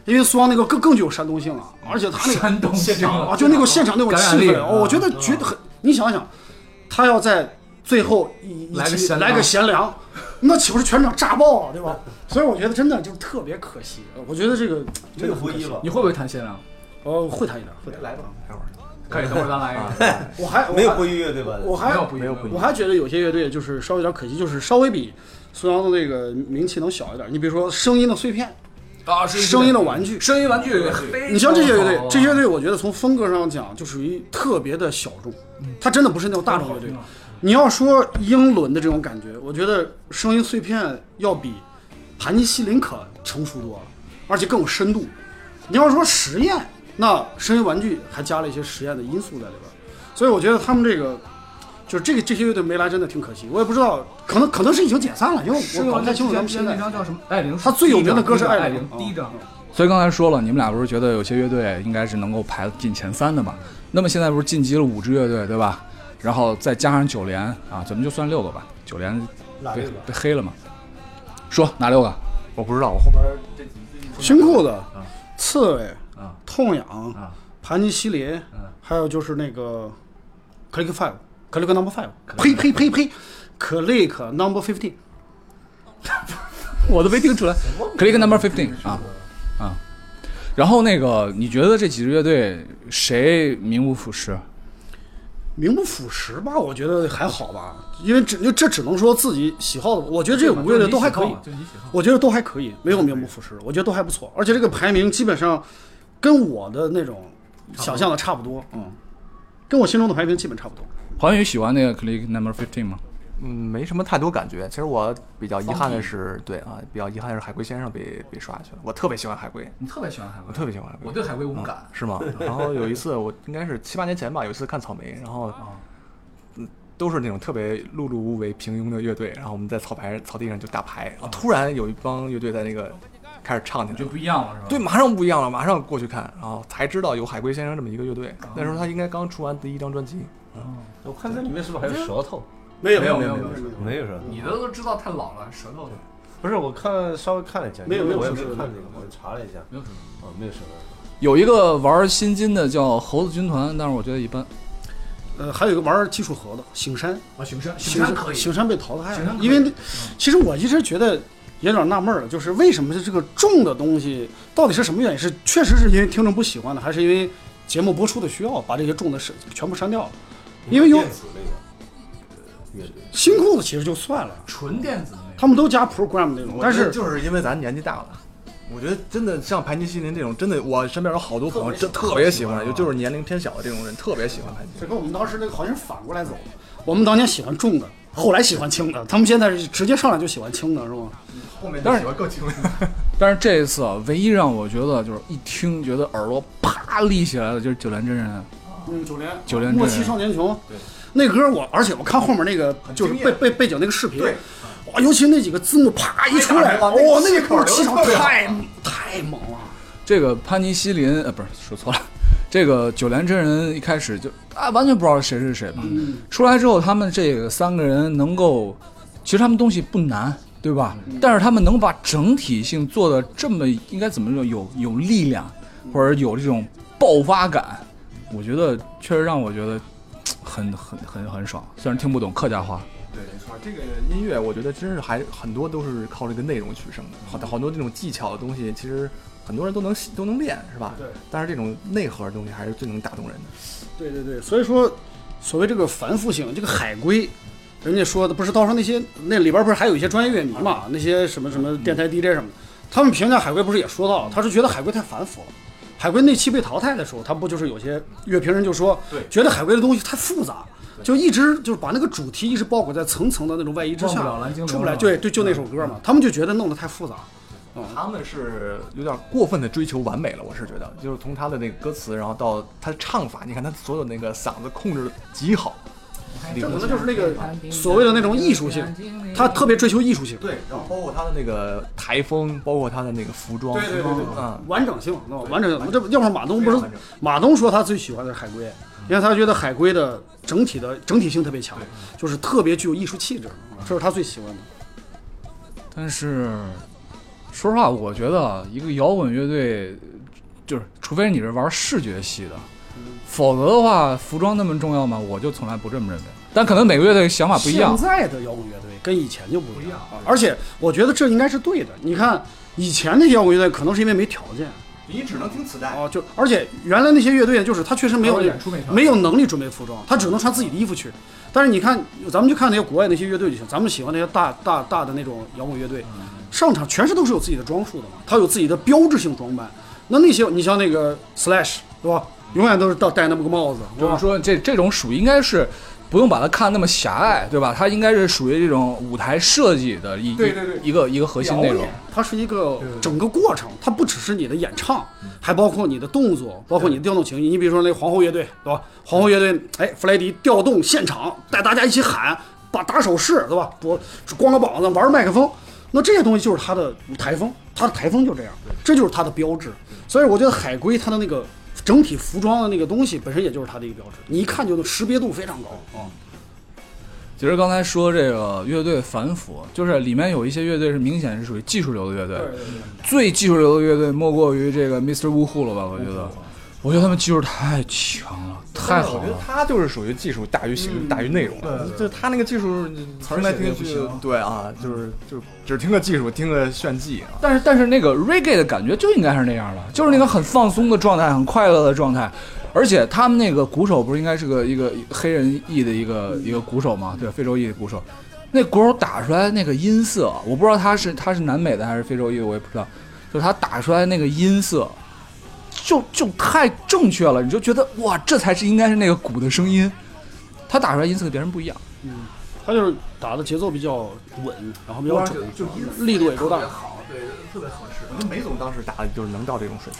因为苏阳那个更更具有山东性了，而且他那个
山东现场
啊，就那个现场那种
感染
气
力啊
氛，哦我觉得觉得很，你想想，他要在最后一一
来个
集
贤良
来个贤良，那岂不是全场炸爆啊，对吧？所以我觉得真的就特别可惜，呃我觉得这个真
六
的很
负
可
一
惜。
了
你，会不会弹限
啊
量？
呃，会弹一点，会弹。
来吧，
可以，等会儿咱来一
啊
个。
我还
没有
不
不，愉悦对吧？
我还
没有不一样，
我还觉得有些乐队就是稍微有点可惜，就是稍微比孙杨的那个名气能小一点。你比如说声音的碎片、
啊，
声音的玩具，
声音玩具，
你像这些乐队，这些乐队我觉得从风格上讲就属于特别的小众，它真的不是那嗯种大众乐队。你要说英伦的这种感觉，我觉得声音碎片要比盘尼西林可成熟多了，而且更有深度。你要说实验，那声音玩具还加了一些实验的因素在里边儿，所以我觉得他们这个。就是这个这些乐队没来真的挺可惜，我也不知道，可能可能是已经啊解散了，因为我搞不太清楚他们现
那
在。
张叫什么？爱玲，
他最有名的歌是嗯
爱
爱
玲
玲，
第一张。
所以刚才说了，你们俩不是觉得有些乐队应该是能够排进前三的嘛？那么现在不是晋级了五支乐队，对吧？然后再加上九连啊，咱们就算六个吧。九连
哪
被
六个
被黑了嘛？说哪六个？
我不知道，我后边
新裤子、刺猬、痛痒、
啊嗯
盘尼西林，还有就是那个 Click Five、Click Number Five，呸呸呸呸，Click Number Fifteen。
我都没听出来。Click number fifteen 啊啊。然后那个，你觉得这几支乐队谁名不副实？
名不副实吧，我觉得还好吧，因为只这只能说自己喜好的，我觉得这五个乐队都还可以，
就你喜好。
我觉得都还可以，没有名不副实，我觉得都还不错，而且这个排名基本上跟我的那种想象的差不多，嗯，跟我心中的排名基本差不多。
黄宇喜欢那个 Click number fifteen 吗？
嗯没什么太多感觉。其实我比较遗憾的是，对啊，比较遗憾的是海龟先生被被刷下去了。我特别喜欢海龟，
你特别喜欢海龟嗯
我，特别喜欢海龟
我。对海龟无感。
啊是吗？然后有一次，我应该是七八年前吧，有一次看草莓，然后，
啊
嗯，都是那种特别碌碌无为、平庸的乐队，然后我们在草牌、草地上就打牌，然后突然有一帮乐队在那个开始唱起
就
来，
不一样了，是吧？
对，，马上不一样了，马上过去看，然后才知道有海龟先生这么一个乐队。
啊
那时候他应该刚出完第一张专辑，
我看这里面是不是还有舌头？
没有
没有
没有
没有
没有。
没有舌头，
你的都知道太老了，舌头的
不是我看稍微看了一下，
没有
因为
没
我
有
也没
舌头
看这个，我查了一下，
没有什么。
哦，没有舌头。
有一个玩新金的叫猴子军团，但是我觉得一般。
呃，还有一个玩技术核的醒山，
啊，行山，
醒
行山可以，
醒山被淘汰
醒山
了
可，以
因为那其实我一直觉得有点纳闷儿了，就是为什么这个重的东西到底是什么原因？是确实是因为听众不喜欢的，还是因为节目播出的需要把这些重的是全部删掉了？因为有
电子那个乐队，
新裤子其实就算了，
纯电子的那种。
他们都加 program 那种，但
我觉得
是
就是因为咱年纪大了。我觉得真的像盘尼西林这种，真的我身边有好多朋友真特别喜
啊
欢，就就是年龄偏小的这种人特别喜欢盘尼西林。
这跟我们当时那个好像是反过来走的，我们当年喜欢重的，后来喜欢轻的，他们现在是直接上来就喜欢轻的，是吗？
后面
但是
喜欢更轻了。
但是这一次啊，唯一让我觉得就是一听觉得耳朵啪立起来的，就是九连真人。啊
嗯，九连
九连
莫
真
欺
人
少年穷，那歌我，而且我看后面那个就是背背背景那个视频，哇，尤其那几个字幕啪一出来，哇、哦，那个歌气场太太猛了。
这个潘尼西林，呃，不是说错了， 这个九连真人一开始就啊，完全不知道谁是谁嘛。出来之后，他们这个三个人能够，其实他们东西不难，对吧？但是他们能把整体性做的这么应该怎么说有有力量，或者有这种爆发感，我觉得确实让我觉得嘖很很很很爽。虽然听不懂客家话，
对，没错，这个音乐我觉得真是还很多都是靠这个内容取胜的，好好多这种技巧的东西，其实很多人都能都能练，是吧？对。但是这种内核的东西还是最能打动人的。
对对对，所以说，所谓这个繁复性，这个海归，人家说的不是，到时候那些那里边不是还有一些专业乐迷
啊
嘛，那些什么什么电台 DJ 什么的，他们评价海归不是也说到了，他是觉得海归太繁复了。海归那期被淘汰的时候，他不就是有些乐评人就说，觉得海归的东西太复杂，就一直就是把那个主题一直包裹在层层的那种外衣之下
忘不了蓝嗯精，灵
出不来。
是吧
对对，就那首歌嘛，他们就觉得弄得太复杂。
他们是有点过分的追求完美了，我是觉得，就是从他的那个歌词，然后到他的唱法，你看他所有那个嗓子控制的极好。
这可能就是那个所谓的那种艺术性，他特别追求艺术性。
对，然后包括他的那个台风，包括他的那个服装，
对对对对
啊、
完整性，那完整性，这不要不然马东不是马东说他最喜欢的是海龟，因为他觉得海龟的整体的整体性特别强，就是特别具有艺术气质，这是他最喜欢的。
但是说实话，我觉得一个摇滚乐队，就是除非你是玩视觉系的，
嗯
否则的话，服装那么重要吗？我就从来不这么认为。但可能每个乐队想法不一样
现，在的摇滚乐队跟以前就不一
不一
样
样，
而且我觉得这应该是对的。你看以前的摇滚乐队可能是因为没条件
你只能听磁带，
啊，就而且原来那些乐队就是他确实没有
还有演出没条件
没有能力准备服装，他只能穿自己的衣服去。但是你看，咱们就看那些国外那些乐队就行，咱们喜欢那些大大大的那种摇滚乐队，
嗯
上场全是都是有自己的装束的嘛，他有自己的标志性装扮。那那些你像那个 Slash 对吧，永远都是戴戴那么个帽子，对
就是
吧？
说这这种属于应该是不用把它看那么狭隘，对吧？它应该是属于这种舞台设计的一
对对对
一个一个核心内容
表演。
哦它是一个整个过程，它不只是你的演唱，还包括你的动作，包括你的调动情绪。你比如说那皇后乐队，对吧？皇后乐队，哎，弗莱迪调动现场，带大家一起喊，把打手势，对吧？我光个膀子玩麦克风，那这些东西就是他的台风，他的台风就这样，这就是他的标志。所以我觉得海龟它的那个整体服装的那个东西本身也就是它的一个标志，你一看就能识别度非常高啊。
其实刚才说这个乐队反腐，就是里面有一些乐队是明显是属于技术流的乐队，最技术流的乐队莫过于这个 Mr. Wu Hu 了吧？我觉得，我觉得他们技术太强了，太好
我觉得
了。
他就是属于技术大于形大于内容的，就他那个技术词儿来听去，对啊，就是就只听个技术，听个炫技啊。
但是但是那个 reggae 的感觉就应该是那样的，就是那个很放松的状态，很快乐的状态。而且他们那个鼓手不是应该是个一个黑人裔的一个一个鼓手吗？对，非洲裔的鼓手。那鼓手打出来那个音色，我不知道他是他是南美的还是非洲裔的，我也不知道。就是他打出来那个音色，就就太正确了，你就觉得哇，这才是应该是那个鼓的声音。他打出来音色跟别人不一样。
它就是打的节奏比较稳，然后比较
就
准，
就音色
力度也够
特别
大。
好，对，特别合适。
我们梅总当时打的就是能到这种水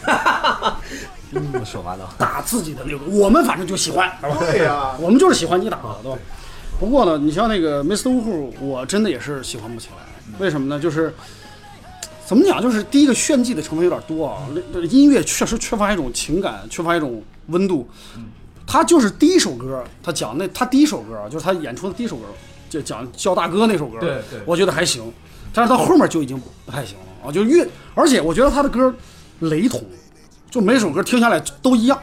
平，
我手滑到。
打自己的那个，我们反正就喜欢， 是吧？
对呀
我们就是喜欢你打的，对吧？不过呢，你像那个 Mr. Wu Hu，我真的也是喜欢不起来，为什么呢？就是怎么讲，就是第一个炫技的成分有点多啊，那那音乐确实缺乏一种情感，缺乏一种温度。他就是第一首歌，他讲那他第一首歌啊就是他演出的第一首歌，就讲叫大哥那首歌，
对对
我觉得还行，但是到后面就已经不太行了啊，就越而且我觉得他的歌雷同，就每首歌听下来都一样，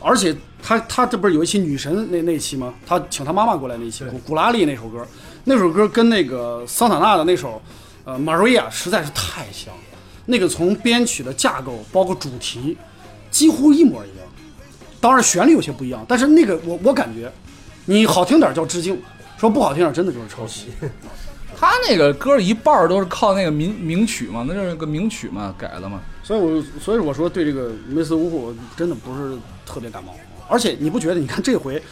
而且他他这不是有一期女神那那期吗？他请他妈妈过来那期，古古拉利那首歌，那首歌跟那个桑塔纳的那首呃《Maria》实在是太像了，那个从编曲的架构包括主题几乎一模一样。当然旋律有些不一样，但是那个我我感觉，你好听点儿叫致敬，说不好听点儿真的就是抄袭。
他那个歌一半儿都是靠那个名名曲嘛，那就是个名曲嘛改的嘛。
所以我所以我说对这个梅斯乌虎真的不是特别感冒。而且你不觉得？你看这回，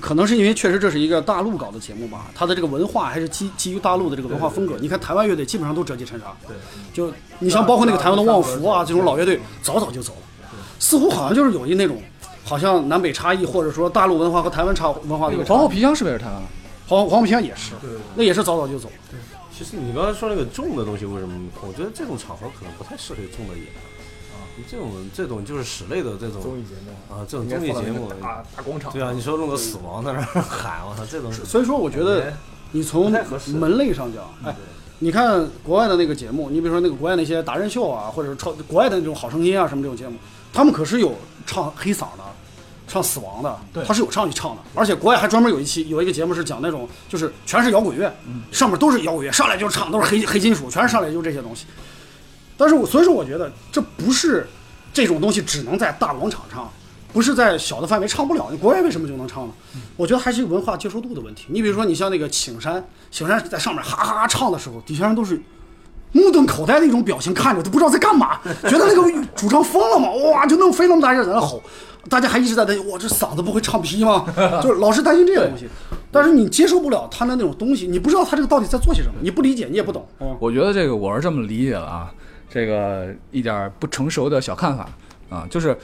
可能是因为确实这是一个大陆搞的节目吧，它的这个文化还是基基于大陆的这个文化风格。你看台湾乐队基本上都折戟沉沙，对，就你像包括那个台湾的旺福啊这种老乐队，早早就走了，似乎好像就是有一那种，好像南北差异或者说大陆文化和台湾差文化的一个差
啊皇
异
后皮箱是不是也是他？啊
黄黄浦江也是，那也是早早就走。
其实你刚才说那个重的东西为什么没空？我觉得这种场合可能不太适合重的演。这种这种就是室内的这种综艺节目啊，这种综艺节目，
大大广场
对啊，你说弄个死亡在那儿喊，我操，这种
所以说，我觉得你从
不太合适嗯
门类上讲，哎，你看国外的那个节目，你比如说那个国外那些达人秀啊，或者是超国外的那种好声音啊什么这种节目，他们可是有唱黑嗓的。唱死亡的，他是有上去唱的，而且国外还专门有一期有一个节目是讲那种就是全是摇滚乐，
嗯
上面都是摇滚乐，上来就唱都是黑黑金属，全是上来就这些东西。但是我所以说我觉得这不是这种东西只能在大广场唱，不是在小的范围唱不了。你国外为什么就能唱呢？我觉得还是一个文化接受度的问题。你比如说，你像那个请山，请山在上面哈哈哈唱的时候，底下人都是目瞪口呆的一种表情看着，都不知道在干嘛，觉得那个主唱疯了嘛，哇，就弄飞那么大劲儿在那吼，大家还一直在担心，我这嗓子不会唱劈吗？就是老是担心这个东西。但是你接受不了他的那种东西，你不知道他这个到底在做些什么，你不理解，你也不懂。
我觉得这个我是这么理解的啊，这个一点儿不成熟的小看法啊，就是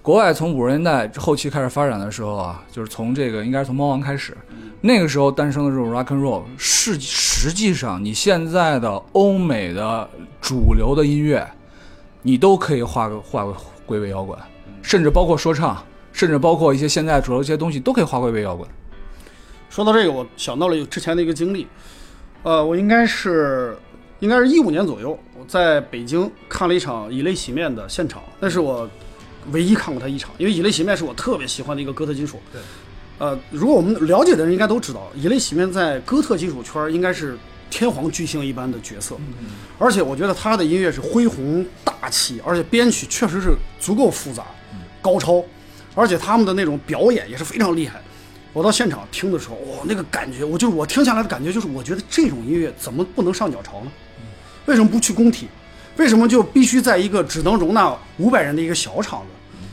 国外从五十年代后期开始发展的时候啊，就是从这个应该是从猫王开始，那个时候诞生的这种 rock and roll，是实际上你现在的欧美的主流嗯的音乐，你都可以划个划个归为摇滚，甚至包括说唱，甚至包括一些现在主流一些东西，都可以划归为摇滚。
说到这个，我想到了有之前的一个经历，呃，我应该是应该是一五年左右，我在北京看了一场以泪洗面的现场，那是我唯一看过他一场，因为以泪洗面是我特别喜欢的一个哥特金属。
对。
呃，如果我们了解的人应该都知道，以泪洗面在哥特金属圈儿应该是天皇巨星一般的角色，而且我觉得他的音乐是恢宏大气，而且编曲确实是足够复杂、高超，而且他们的那种表演也是非常厉害。我到现场听的时候，哇、那个感觉，我就是我听下来的感觉就是，我觉得这种音乐怎么不能上鸟巢呢？为什么不去工体？为什么就必须在一个只能容纳五百人的一个小场子？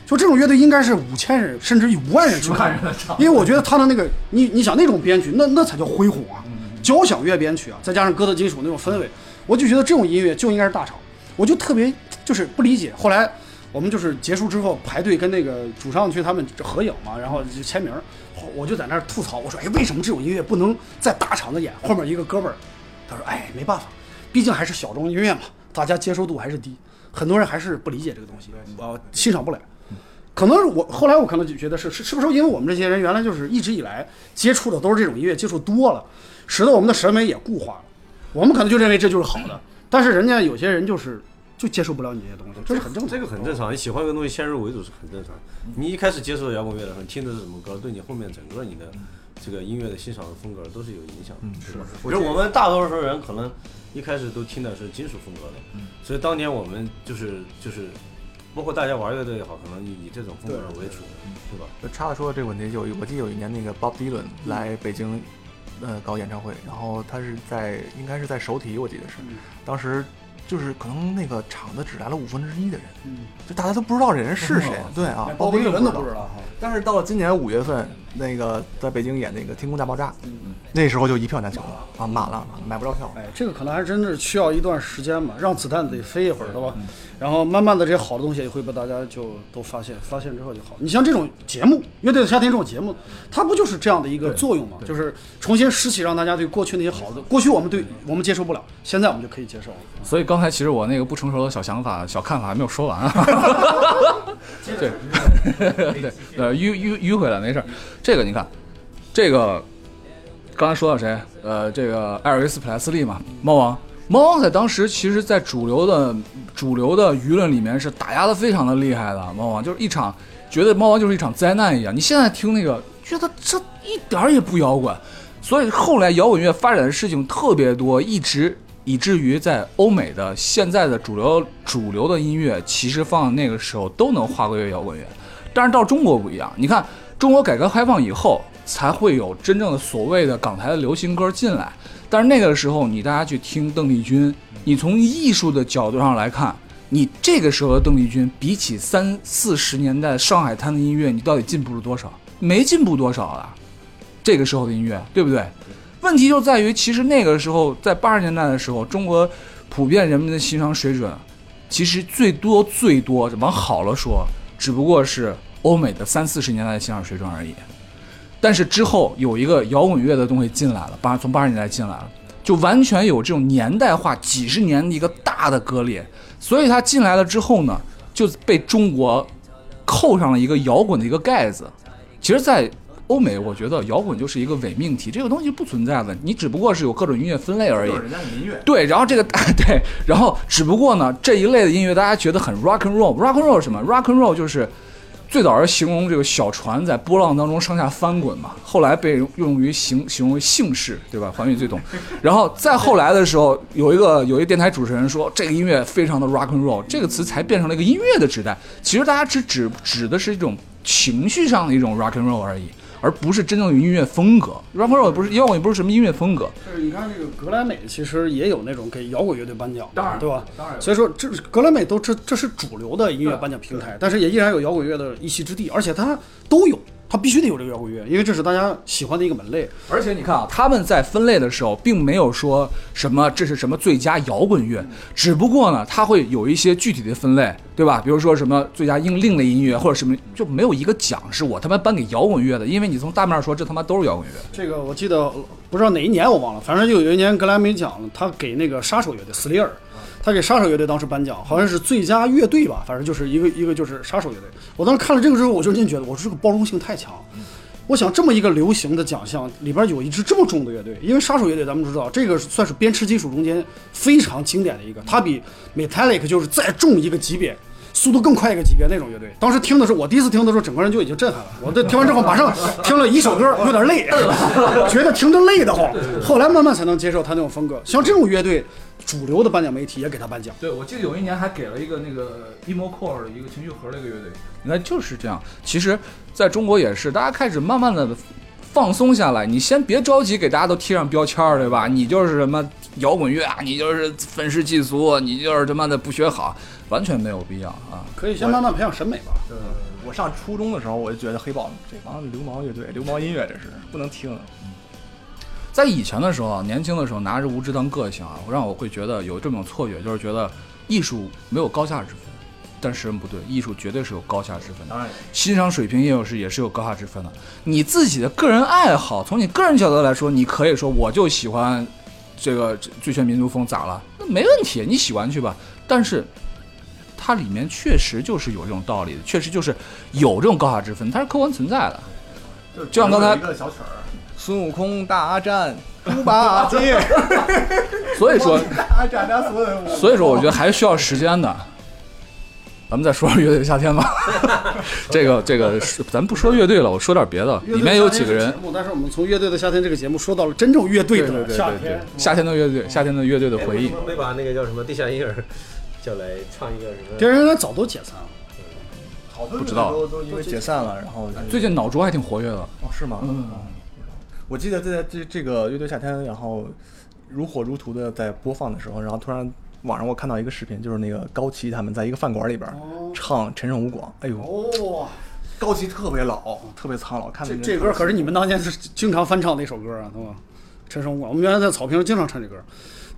就这种乐队应该是五千人甚至五万人去看，因为我觉得他的那个，你你想那种编曲，那那才叫恢宏啊，交响乐编曲啊，再加上哥特金属那种氛围，我就觉得这种音乐就应该是大场，我就特别就是不理解。后来我们就是结束之后排队跟那个主唱去他们合影嘛，然后就签名，我就在那儿吐槽，我说哎，为什么这种音乐不能在大场子演？后面一个哥们儿他说：“哎，没办法，毕竟还是小众音乐嘛，大家接受度还是低，很多人还是不理解这个东西，呃，欣赏不了。可能是我后来我可能就觉得是是是不是因为我们这些人原来就是一直以来接触的都是这种音乐，接触多了，使得我们的审美也固化了。我们可能就认为这就是好的，但是人家有些人就是就接受不了你这些东西，这是很正常。嗯
这个很正常，你喜欢一个东西先入为主是很正常。你一开始接触摇滚乐的时候，你听的是什么歌，对你后面整个你的
嗯
这个音乐的欣赏的风格都是有影响的，是吧？我觉得我们大多数人可能一开始都听的是金属风格的，
嗯
所以当年我们就是就是，包括大家玩乐队也好，可能以这种风格为主，是吧？
就插着说的这个问题，有我记得有一年那个 Bob Dylan 来北京，呃，搞演唱会，然后他是在应该是在首体，我记得是，当时就是可能那个场子只来了五分之一的人，就大家都不知道这人是谁，对啊，
嗯包括
一
一
个
个
人
人都不知道。哈。
但是到了今年五月份，那个在北京演那个《天空大爆炸》，那时候就一票难求了啊，满了，买不着票。
哎，这个可能还真是需要一段时间吧，让子弹得飞一会儿，对吧？然后慢慢的，这些好的东西也会被大家就都发现，发现之后就好。你像这种节目，《乐队的夏天》这种节目，它不就是这样的一个作用吗？就是重新拾起，让大家对过去那些好的，过去我们对我们接受不了，现在我们就可以接受了。
所以刚才其实我那个不成熟的小想法、小看法还没有说完啊。对， 对，呃，迂迂迂回来没事儿。这个你看，这个刚才说到谁？呃，这个艾尔维斯·普莱斯利嘛，猫王。猫王在当时其实，在主流的主流的舆论里面是打压的非常的厉害的。猫王就是一场，觉得猫王就是一场灾难一样。你现在听那个，觉得这一点儿也不摇滚。所以后来摇滚乐发展的事情特别多，一直以至于在欧美的现在的主流主流的音乐，其实放那个时候都能划归为摇滚乐，但是到中国不一样。你看，中国改革开放以后，才会有真正的所谓的港台的流行歌进来。但是那个时候，你大家去听邓丽君，你从艺术的角度上来看，你这个时候的邓丽君，比起三四十年代上海滩的音乐，你到底进步了多少？没进步多少啊！这个时候的音乐，对不对？问题就在于，其实那个时候，在八十年代的时候，中国普遍人们的欣赏水准，其实最多最多往好了说，只不过是欧美的三四十年代的欣赏水准而已。但是之后有一个摇滚乐的东西进来了，八从八十年代进来了，就完全有这种年代化几十年的一个大的割裂。所以它进来了之后呢，就被中国扣上了一个摇滚的一个盖子。其实，在欧美，我觉得摇滚就是一个伪命题，这个东西不存在的，你只不过是有各种音乐分类而已
就。是人家的音乐，
对，然后这个 对，然后只不过呢，这一类的音乐大家觉得很 rock and roll，rock and roll 是什么？rock and roll 就是最早是形容这个小船在波浪当中上下翻滚嘛，后来被用于形形容为姓氏，对吧？环宇 最懂。然后再后来的时候，有一个有一个电台主持人说，这个音乐非常的 rock and roll，这个词才变成了一个音乐的指代。其实大家只指指的是一种情绪上的一种 rock and roll 而已。而不是真正的音乐风格，rock and roll 也不是摇滚，也不是什么音乐风格，
就是你看这个格莱美，其实也有那种给摇滚乐队颁奖，
当然
对吧？
当然有
所以说这格莱美都这这是主流的音乐颁奖平台，但是也依然有摇滚乐的一席之地，而且它都有，它必须得有这个摇滚乐，因为这是大家喜欢的一个门类。
而且你看啊，他们在分类的时候，并没有说什么这是什么最佳摇滚乐，只不过呢，它会有一些具体的分类，对吧？比如说什么最佳另另类音乐，或者什么，就没有一个奖是我他妈颁给摇滚乐的，因为你从大面上说，这他妈都是摇滚乐。
这个我记得不知道哪一年我忘了，反正就有一年格莱美奖，他给那个杀手乐队斯利尔，他给杀手乐队当时颁奖，好像是最佳乐队吧，反正就是一个一个就是杀手乐队。我当时看了这个之后，我就真觉得，我说这个包容性太强。我想这么一个流行的奖项里边有一支这么重的乐队，因为杀手乐队咱们知道，这个算是编织金属中间非常经典的一个，它比 Metallic 就是再重一个级别。速度更快一个级别那种乐队，当时听的时候，我第一次听的时候，整个人就已经震撼了。我这听完之后，马上听了一首歌，有点累， 觉得听着累得慌。后来慢慢才能接受他那种风格。像这种乐队，主流的颁奖媒体也给他颁奖。
对，我记得有一年还给了一个那个 emo core 的一个情绪盒的一个乐队，
那就是这样。其实，在中国也是，大家开始慢慢的放松下来。你先别着急给大家都贴上标签儿，对吧？你就是什么摇滚乐啊，你就是愤世嫉俗，你就是他妈的不学好，完全没有必要啊。
可以先慢慢培养审美吧。
我上初中的时候，我就觉得黑豹这帮流氓乐队、流氓音乐，这是不能听。
在以前的时候啊，年轻的时候拿着无知当个性啊，让我会觉得有这种错觉，就是觉得艺术没有高下之分。但是不对，艺术绝对是有高下之分的。
当然，
欣赏水平也有是也是有高下之分的。你自己的个人爱好，从你个人角度来说，你可以说我就喜欢这个这最炫民族风，咋了？那没问题，你喜欢去吧。但是它里面确实就是有这种道理的，确实就是有这种高下之分，它是客观存在的。就像刚才
一个小曲儿，
孙悟空大战猪八戒，
所以 说，
大战他所有
所以说我觉得还是需要时间的。咱们再说说乐队的夏天 吧，这个这个是咱不说乐队了，我说点别的。里面有几个人，
乐队的夏天是节目，但是我们从《乐队的夏天》这个节目说到了真正乐队
对
的
对
夏
对对
天。，
夏天的乐队，夏天的乐队的
嗯
回忆
哎为什。么没把那个叫什么地下音乐儿叫来唱一个什么？
别人家早都解散了，
好多
不知道
都都因为解散了，然后
最近脑浊还挺活跃的，
哦是吗？嗯，我记得在这这个乐队夏天，然后如火如荼的在播放的时候，然后突然网上我看到一个视频，就是那个高旗他们在一个饭馆里边唱《陈胜吴广》，哎呦，
哦，
哦高旗特别老，特别苍老，看
这
着
这歌可是你们当年是经常翻唱的一首歌啊，对吧？陈升广，我们原来在草坪上经常唱这歌。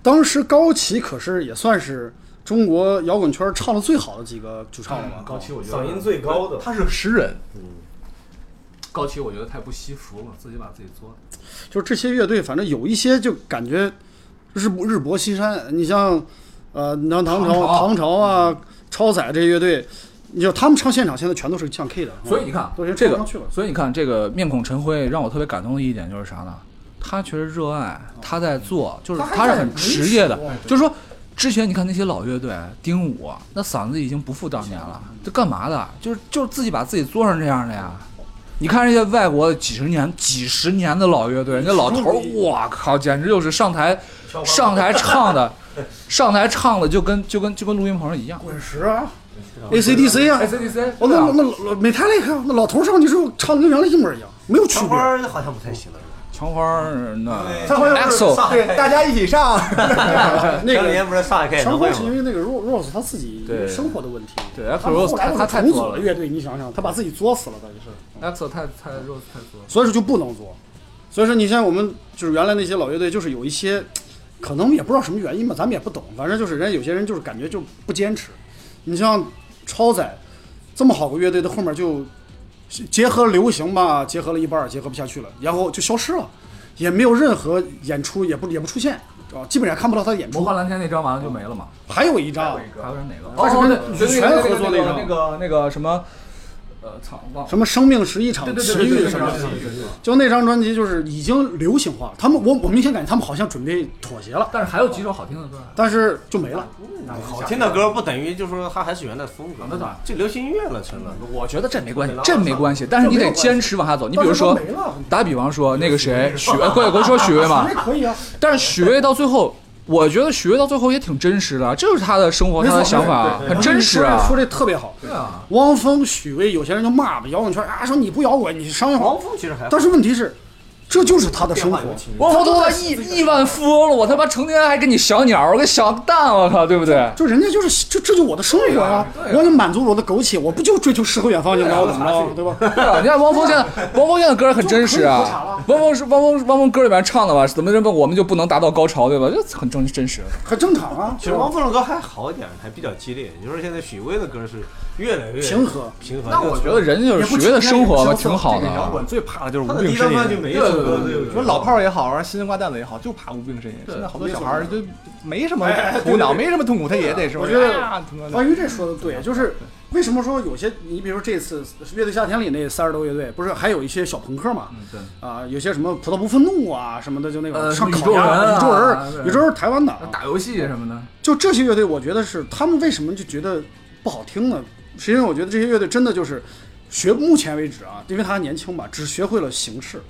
当时高旗可是也算是中国摇滚圈唱的最好的几个主唱
嗯
了吧？
高旗我觉得
嗓音最高的，
他是诗人，
高旗我觉得太不惜福了，自己把自己作的。
就是这些乐队，反正有一些就感觉日不日薄西山。你像呃，你像唐朝、
唐朝
唐朝啊、超载这些乐队，你就他们唱现场现在全都是像 K 的，
所以你看啊
嗯都已经
这
唱不
个
上去了，。
所以你看这个面孔陈辉让我特别感动的一点就是啥呢？他确实热爱，
哦
他在
嗯
做，就是他是很职业的，就是说。之前你看那些老乐队，丁武那嗓子已经不复当年
啊
了，这干嘛的？就是就是自己把自己做成这样的呀。你看人家外国几十年、几十年的老乐队，人家老头儿，我靠，简直就是上台上台唱 的，上台唱的就跟就跟就跟录音棚一样。
滚石啊，ACDC 啊，
ACDC，
我那那那美泰利克那老头上去之后唱的跟原来一模一样，没有区
长
别
花。儿好像不太行了，
墙花儿那
长花
Axel
对，大家一起上。
那
前两
个
年不是上海开演
陈
唱
辉
会
是因
吗？
为那个 Ro- Rose 他自己
对
生活的问题，
对
他
Axl
们
Rose
后来
他
又
太
重
作
组
了
乐队，你想想，他把自己作死了，等于是，
Axel 太太 Rose 太作了。
所以说就不能作。所以说你像我们就是原来那些老乐队，就是有一些，可能也不知道什么原因吧，咱们也不懂，反正就是人家有些人就是感觉就不坚持。你像超载这么好个乐队的后面就结合流行吧，结合了一半儿，结合不下去了，然后就消失了，也没有任何演出，也不也不出现。啊，基本上看不到他的演
魔
出。
幻蓝天那张完了就没了嘛？
还有一张，
还有人哪个？
他是
对
跟
对对
羽泉合作
那
那
个
张
那个那个什么，呃，操，忘了。
什么生命是一场
对对
奇
对
遇
对
什么的，
对。
就那张专辑就是已经流行化了。他们我我明显感觉他们好像准备妥协了，
但是还有几首好听的歌。
但是就没了。
好听的歌不等于就说它还是原来风格，
那当然
这流行音乐了成了。
我觉得这没关系，这没关系，但是你得坚持往下走。你比如说
但是都没了，
打比方说那个谁许巍，快快说许巍嘛
哎，。可以啊，
但是许巍到最后，我觉得许巍到最后也挺真实的，这就是他的生活，
没
他
错
的想法啊，很真实
你
啊
说这。说这特别好。
对啊，
汪峰、许巍，有些人就骂吧，摇滚圈啊，说你不摇滚，你是商业化
王。峰其实还好
但是问题是，这就是他的生活
变化有情。
我他妈亿亿万富翁了，我他妈成天还跟你小鸟，我跟小蛋，我靠，对不对？
就人家就是这，这就我的生活呀、我就满足我的苟且，我不就追求诗和远方就能我怎么着，对吧？
啊对啊，你看汪峰现在，汪峰现在歌很真实啊。汪峰是汪峰，汪峰歌里面唱的吧？怎么这么我们就不能达到高潮，对吧？这很真真实。
很正常啊。
其实王峰的歌还好一点，还比较激烈。就是现在许巍的歌是越来越
平和
平和。
那我觉得人就是许巍的生活吧，挺好的啊
这个摇。滚最怕的就是
他
无
的
病
第一
呻
张专辑
吟。
每一
对
首
对对
对对
对，
对
说老炮儿也好，玩新瓜蛋子也好，就怕无病呻吟。
对
现在好多小孩儿就没什么苦恼，没什么痛苦，他也得是。
我觉得
啊痛苦
关于这说的对，就是为什么说有些你比如说这次乐队夏天里那三十多乐队，不是还有一些小朋克嘛？
嗯对，
啊，有些什么葡萄不愤怒啊什么的，就那种
呃
上
宇
烤
宙
鸭、
人啊
宇宙
对
人、宇宙人是台湾的啊，
打游戏什么的，
就这些乐队，我觉得是他们为什么就觉得不好听呢？是因为我觉得这些乐队真的就是学目前为止啊，因为他还年轻嘛，只学会了形式，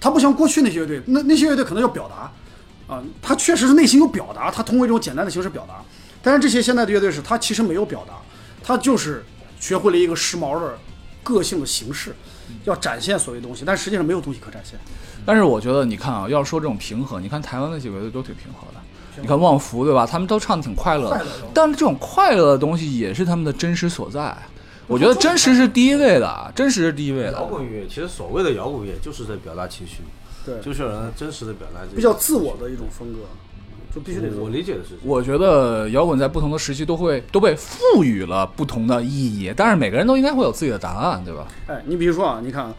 他不像过去那些乐队，那那些乐队可能要表达啊，他确实是内心有表达，他通过一种简单的形式表达。但是这些现在的乐队是，他其实没有表达，他就是学会了一个时髦的个性的形式，要展现所谓东西，但实际上没有东西可展现。
但是我觉得，你看啊，要是说这种平和，你看台湾那几个乐队都挺平和的。你看旺福对吧？他们都唱的挺快乐的，但这种快乐的东西也是他们的真实所在。我觉得真实是第一位的，啊真实是第一位
摇
的。
滚乐其实所谓的摇滚乐就是在表达情绪，
对，
就是让人真实的表达自己。
比较自我的一种风格，就必须得
我
说
我理解的是这样，
我觉得摇滚在不同的时期都会都被赋予了不同的意义，但是每个人都应该会有自己的答案，对吧？
哎，你比如说啊，你看啊，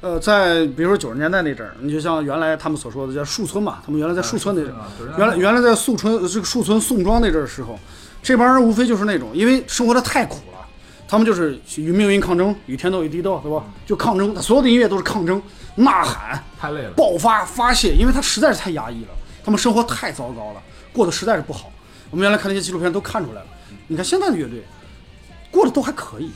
呃，在比如说九十年代那阵儿，你就像原来他们所说的叫树村嘛，他们原来在树村那阵儿，
啊
原来原来在宿村这个树村宋庄那阵儿的时候，这帮人无非就是那种因为生活的太苦了，他们就是与命运抗争，与天斗与地斗，对吧？就抗争，所有的音乐都是抗争、呐喊、
嗯太累了。
爆发发泄，因为他实在是太压抑了，他们生活太糟糕了，过得实在是不好。我们原来看那些纪录片都看出来了，你看现在的乐队过得都还可以，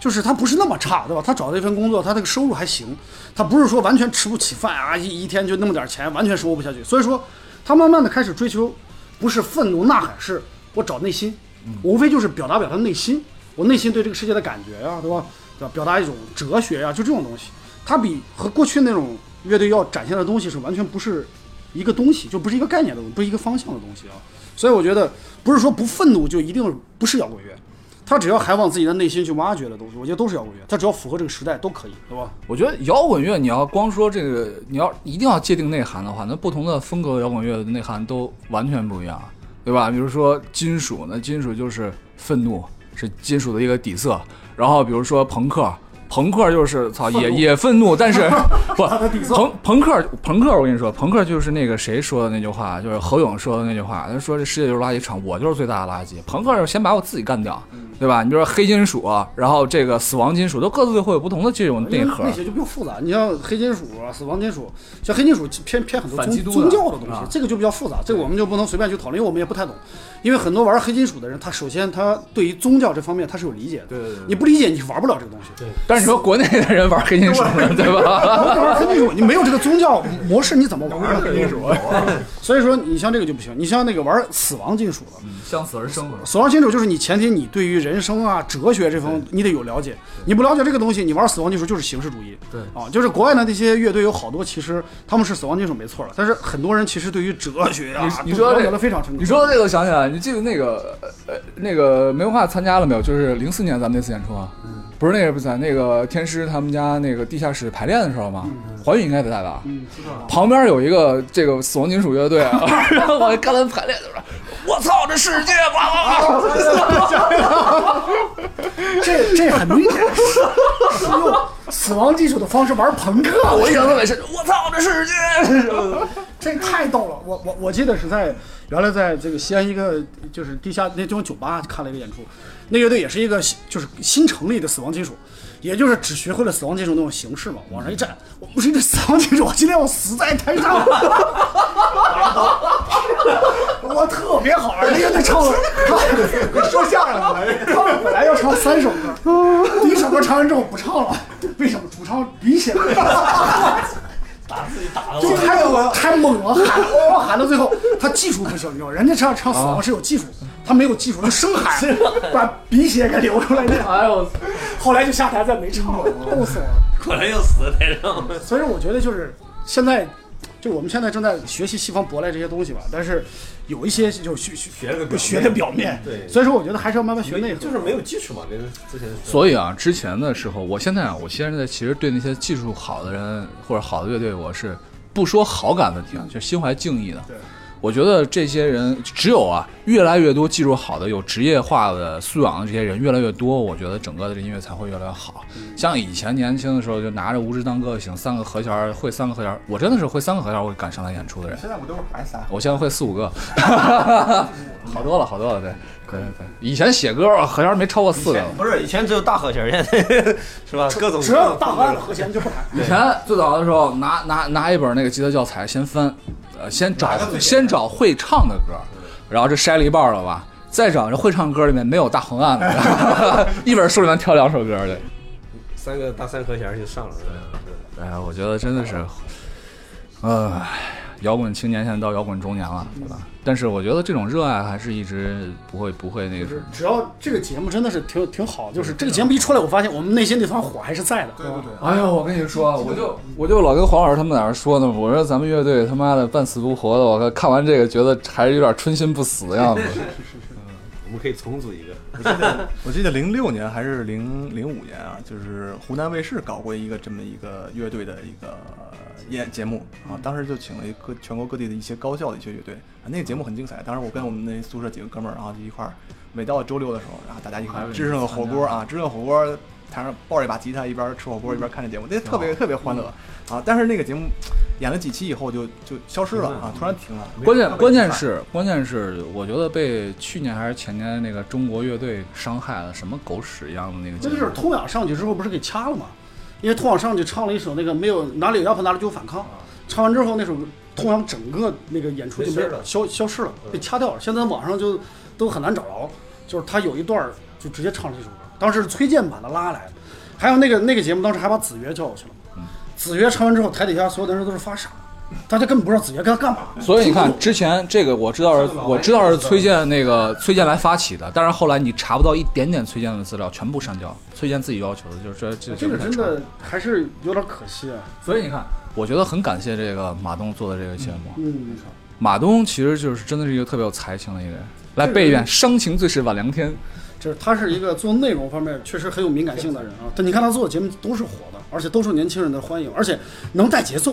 就是他不是那么差，对吧？他找了一份工作，他这个收入还行，他不是说完全吃不起饭啊，一一天就那么点钱，完全生活不下去。所以说，他慢慢的开始追求，不是愤怒呐喊，是我找内心，我无非就是表达表达内心，我内心对这个世界的感觉呀、对吧？对吧？表达一种哲学啊呀、就这种东西，它比和过去那种乐队要展现的东西是完全不是一个东西，就不是一个概念的东西，不是一个方向的东西啊。所以我觉得不是说不愤怒就一定不是摇滚乐，他只要还往自己的内心去挖掘的东西，我觉得都是摇滚乐。他只要符合这个时代都可以，对吧？
我觉得摇滚乐，你要光说这个，你要一定要界定内涵的话，那不同的风格的摇滚乐的内涵都完全不一样，啊对吧？比如说金属，那金属就是愤怒，是金属的一个底色。然后比如说朋克，朋克就是操也也愤怒，但 是不朋朋克朋克，我跟你说，朋克就是那个谁说的那句话，就是何勇说的那句话，他说这世界就是垃圾场，我就是最大的垃圾。朋克就是先把我自己干掉。对吧？你比如说黑金属，然后这个死亡金属，都各自会有不同的这种内
因为
核。
那些就比较复杂。你像黑金属、啊、死亡金属，像黑金属偏偏很多
反
宗
基督
宗
的
教的东西
啊，
这个就比较复杂，这个我们就不能随便去讨论，因为我们也不太懂。因为很多玩黑金属的人，他首先他对于宗教这方面他是有理解的，
对对对对
你不理解你玩不了这个东西。
但是你说国内的人玩黑金属的，对吧？
你玩黑金属，你没有这个宗教模式，你怎么玩黑金属？
啊
所以说你像这个就不行，你像那个玩死亡金属的，
向死而生嘛。
死亡金属就是你前提你对于人生啊、哲学这方面你得有了解，你不了解这个东西，你玩死亡金属就是形式主义。
对
啊，就是国外的那些乐队有好多其实他们是死亡金属没错了，但是很多人其实对于哲学啊，
你你说
了
这
解的非常深刻。
你说到这个，我想起来，你记得那个呃呃那个梅文化参加了没有？就是零四年咱们那次演出啊，
嗯
不是那个不是在那个天师他们家那个地下室排练的时候吗？
嗯
环宇应该不在吧？旁边有一个这个死亡金属乐队啊， 然后我看他们排练的时候，我操，这世界哇哇哇！
这这很明显是是用死亡金属的方式玩朋克，
我印象特别深，我操，这世界！
这太逗了！我我我记得是在原来在这个西安一个就是地下那种酒吧看了一个演出，那乐队也是一个新就是新成立的死亡金属，也就是只学会了死亡金属那种形式嘛，往上一站，我不是一个死亡金属，我今天我死在台上了， 我特别好玩，那乐队唱了，说相声的，他们本来要唱三首歌，第一首歌唱完之后不唱了，为什么主唱鼻血了？就太我太猛了，喊哇喊到最后，他技术不行，你知道吗，人家唱唱死亡是有技术，他没有技术，他生喊，把鼻血给流出来了。
哎呦，
后来就下台再没唱了，逗死我了。
果然又死在这儿。
所以说，我觉得就是现在，就我们现在正在学习西方舶来这些东西吧，但是有一些就是学学
学了个表面
学的表面，
对
所以说我觉得还是要慢慢学内核，
就是没有基础嘛，跟之前说
所以啊，之前的时候，我现在啊，我现在其实对那些技术好的人或者好的乐队，我是不说好感问题啊，就是心怀敬意的。
对，
我觉得这些人只有啊，越来越多技术好的、有职业化的素养的这些人越来越多，我觉得整个的这音乐才会越来越好。像以前年轻的时候，就拿着《无知当歌行》三个和弦儿，会三个和弦儿，我真的是会三个和弦儿，我敢上台演出的人。
现在我都是还仨，
我现在会四五个，好多了，好多了，对，对对。以前写歌和弦儿没超过四个，
不是以前只有大和弦，现在 是吧？各种
只要有大和和弦就不喊。
以前最早的时候，拿拿拿一本那个吉他教材，先翻，呃，先找先找会唱的歌，然后这筛了一半了吧，再找这会唱歌里面没有大横按 的，一本书里面挑两首歌对。
三个大三和弦就上了。
哎呀，我觉得真的是，呃，摇滚青年现在到摇滚中年了，对吧？但是我觉得这种热爱还是一直不会不会那个什么。
只要这个节目真的是挺挺好，就是这个节目一出来，我发现我们内心那团火还是在的。对对对，
哎呦，我跟你说，我就我就老跟黄老师他们在那儿说呢，我说咱们乐队他妈的半死不活的，我看完这个觉得还是有点春心不死的样子。
我们可以重组一个，
我记得零六年还是零零五年啊，就是湖南卫视搞过一个这么一个乐队的一个呃演节目啊，当时就请了一个全国各地的一些高校的一些乐队，啊、那个节目很精彩。当时我跟我们那宿舍几个哥们儿，然后就一块儿，每到周六的时候，然后大家一块儿支上个火锅啊，支上个火锅，台上抱着一把吉他，一边吃火锅一边看这节目，那特别特别欢乐啊。但是那个节目演了几期以后就就消失了啊，突然停了。
关键关键是关键是，我觉得被去年还是前年那个中国乐队伤害了，什么狗屎一样的那个节
那
目。
就是通晓上去之后不是给掐了吗？因为通晓上去唱了一首那个没有哪里有摇滚哪里就有反抗，唱完之后那首通晓整个那个演出就
没
没
声儿了
消消失了，被掐掉了。现在网上就都很难找着，就是他有一段儿就直接唱这首歌，当时是崔健把他拉来的，还有那个那个节目当时还把子曰叫过去了，
嗯
子曰唱完之后台底下所有的人都是发傻，大家根本不知道子曰该干嘛。
所以你看，之前这个我知道是我知道是崔健那个崔健来发起的，但是后来你查不到一点点崔健的资料，全部删掉。崔健自己要求的，就是这这
这个
太
真
差了
的还是有点可惜啊。
所以你看，我觉得很感谢这个马东做的这个节目。
嗯，没错。
马东其实就是真的是一个特别有才情的一个人。来背一遍“伤情最是晚凉天
就是他是一个做内容方面确实很有敏感性的人啊。但你看他做的节目都是火的，而且都受年轻人的欢迎，而且能带节奏，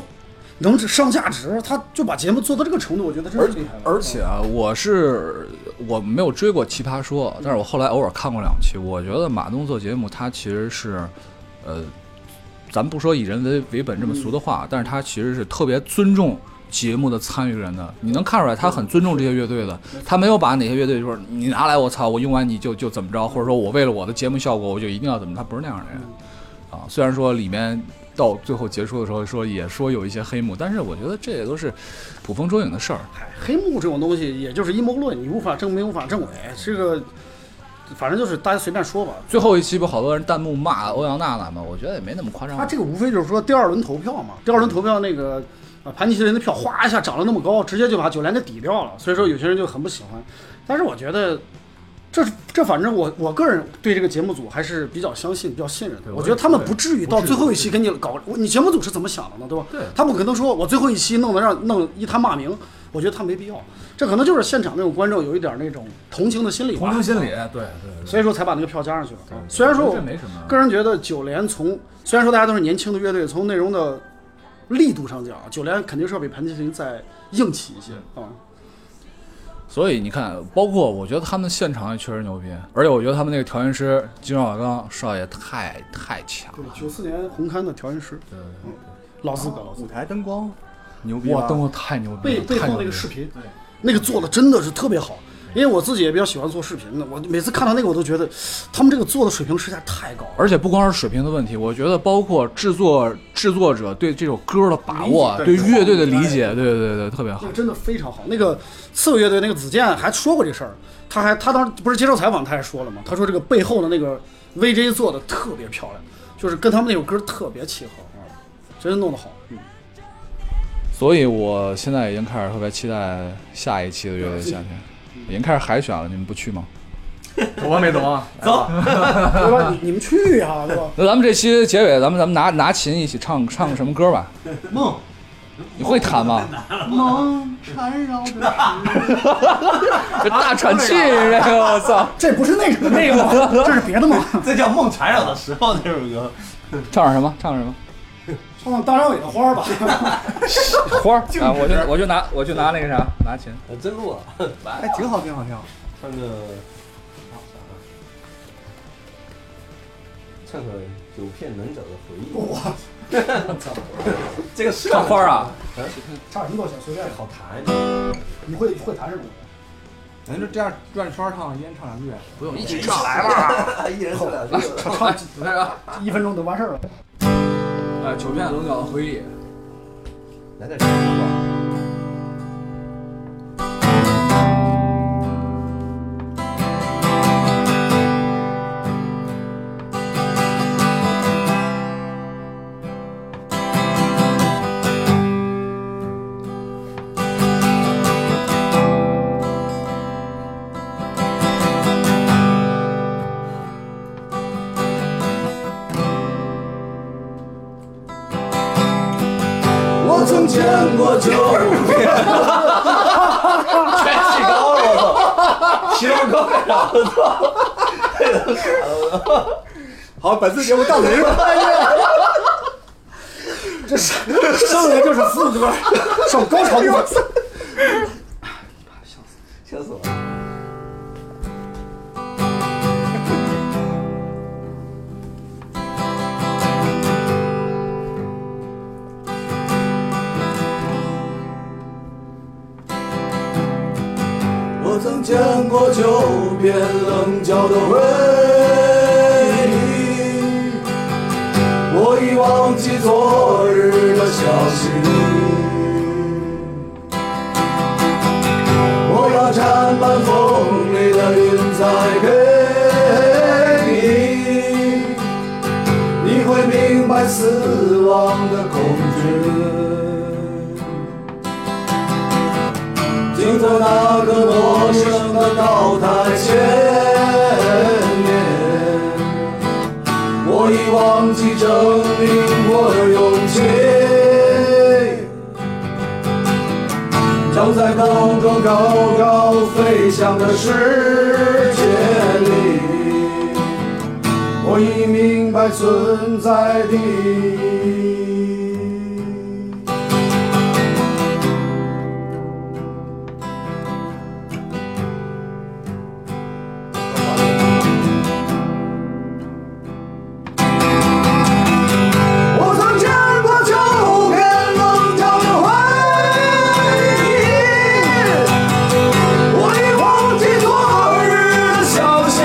能上价值，他就把节目做到这个程度，我觉得真是厉害”。了。
而且啊，我是我没有追过《奇葩说》，但是我后来偶尔看过两期。我觉得马东做节目，他其实是，呃，咱不说以人为为本这么俗的话，但是他其实是特别尊重。节目的参与人的，你能看出来他很尊重这些乐队的，他没有把哪些乐队就是你拿来我操，我用完你就就怎么着，或者说我为了我的节目效果我就一定要怎么，他不是那样的人。啊，虽然说里面到最后结束的时候说也说有一些黑幕，但是我觉得这也都是捕风捉影的事儿。
嗨，哎黑幕这种东西，也就是阴谋论，你无法证明，无法证伪，这个反正就是大家随便说吧。
最后一期不好多人弹幕骂欧阳娜娜吗？我觉得也没那么夸张。
他这个无非就是说第二轮投票嘛，第二轮投票那个啊，盘尼西林的票哗一下涨了那么高，直接就把九连给抵掉了，所以说有些人就很不喜欢。但是我觉得这这反正我我个人对这个节目组还是比较相信、比较信任的。我觉得他们不至于到最后一期给你搞，你节目组是怎么想的呢？对吧？对他们可能说我最后一期弄得让弄一滩骂名，我觉得他没必要。这可能就是现场那种观众有一点那种同情的心理吧，
心理，对对
所以说才把那个票加上去了。啊虽然说我
这没什么。
个人觉得九连从虽然说大家都是年轻的乐队，从内容的力度上讲，啊九连肯定是要比盘尼西林再硬气一些啊。
所以你看，包括我觉得他们现场也确实牛逼，而且我觉得他们那个调音师金兆刚少爷太太强了。
对，哦九四年红勘的调音师，对，老资格，老资
舞
格。
台灯光牛逼吧啊
哇，灯光太牛逼
背
了，
背
太
后
牛
那
逼了
个视频，那个做的真的是特别好。因为我自己也比较喜欢做视频的，我每次看到那个我都觉得，他们这个做的水平实在太高了。
而且不光是水平的问题，我觉得包括制作制作者对这首歌的把握，对乐队的理解，对对对对，特别好
那个。真的非常好。那个刺猬乐队那个子健还说过这事儿，他还他当时不是接受采访，他还说了吗？他说这个背后的那个 VJ 做的特别漂亮，就是跟他们那首歌特别契合啊，真的弄得好。嗯，
所以我现在已经开始特别期待下一期的乐队夏天，已经开始海选了，你们不去吗？
懂啊没懂啊？
对吧？你你们去呀、对吧？
那咱们这期结尾，咱们咱们拿拿琴一起唱唱个什么歌吧？梦，你会弹吗？
梦缠绕 着。
这大喘气，这个我操！
这不是那个那 个吗，这是别的吗？
这叫梦缠绕的时候那首歌，
唱点什么？唱点什么？
创造大张伟的花 儿吧。
花儿啊，我就我就拿我就拿那个啥，拿琴。
我真录了，完
哎，挺好，挺好，挺好。
唱个唱个有片难找的回忆。哇，这个是
唱花儿啊，
唱什么都行，随便。
好弹。
你会会弹什么？
咱就这样转圈儿唱，一人唱两句。
不用一起上来，
一人唱两句。
唱唱
开始啊！
一分钟就完事儿了。
哎，九片棱角的回忆，
来点唱吧。我曾见过九面，全起高了，我操！起那么高干啥？我操！
好，本次节目到此结束。
剩下就是副歌，上高潮 部分。
笑死我了！我曾见过九边棱角的回忆，我已忘记昨日的消息。我要沾满风里的云彩给你，你会明白死亡的恐惧。经过那个陌生的道台前面，我已忘记证明过的勇气。正在高高高高飞翔的世界里，我已明白存在的意义。我曾见过九片棱角的回忆，我已忘记昨日的消息。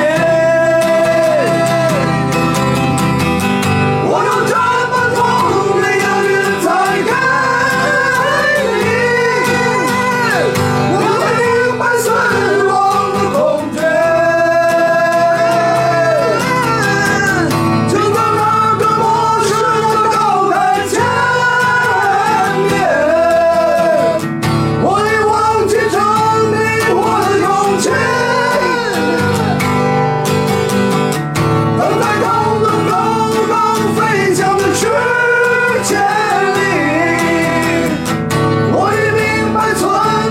我用沾满风里的云彩给你，我会明白死亡的恐惧。就在那个陌生的高台前面，我已忘记证明我的勇气。等待高能高高飞翔的世界里，我已明白存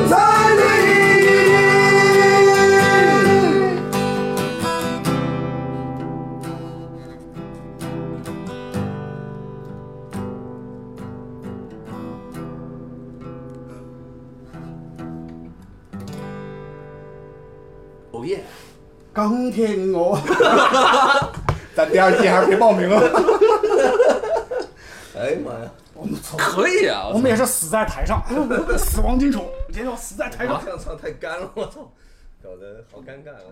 在的意义。
钢铁我，
咱第二季还是别报名了。
哎呀妈呀！
可以啊，
我们也是死在台 上，死亡金属，这叫死在台上。
这样唱太干了，我操，搞得好尴尬啊！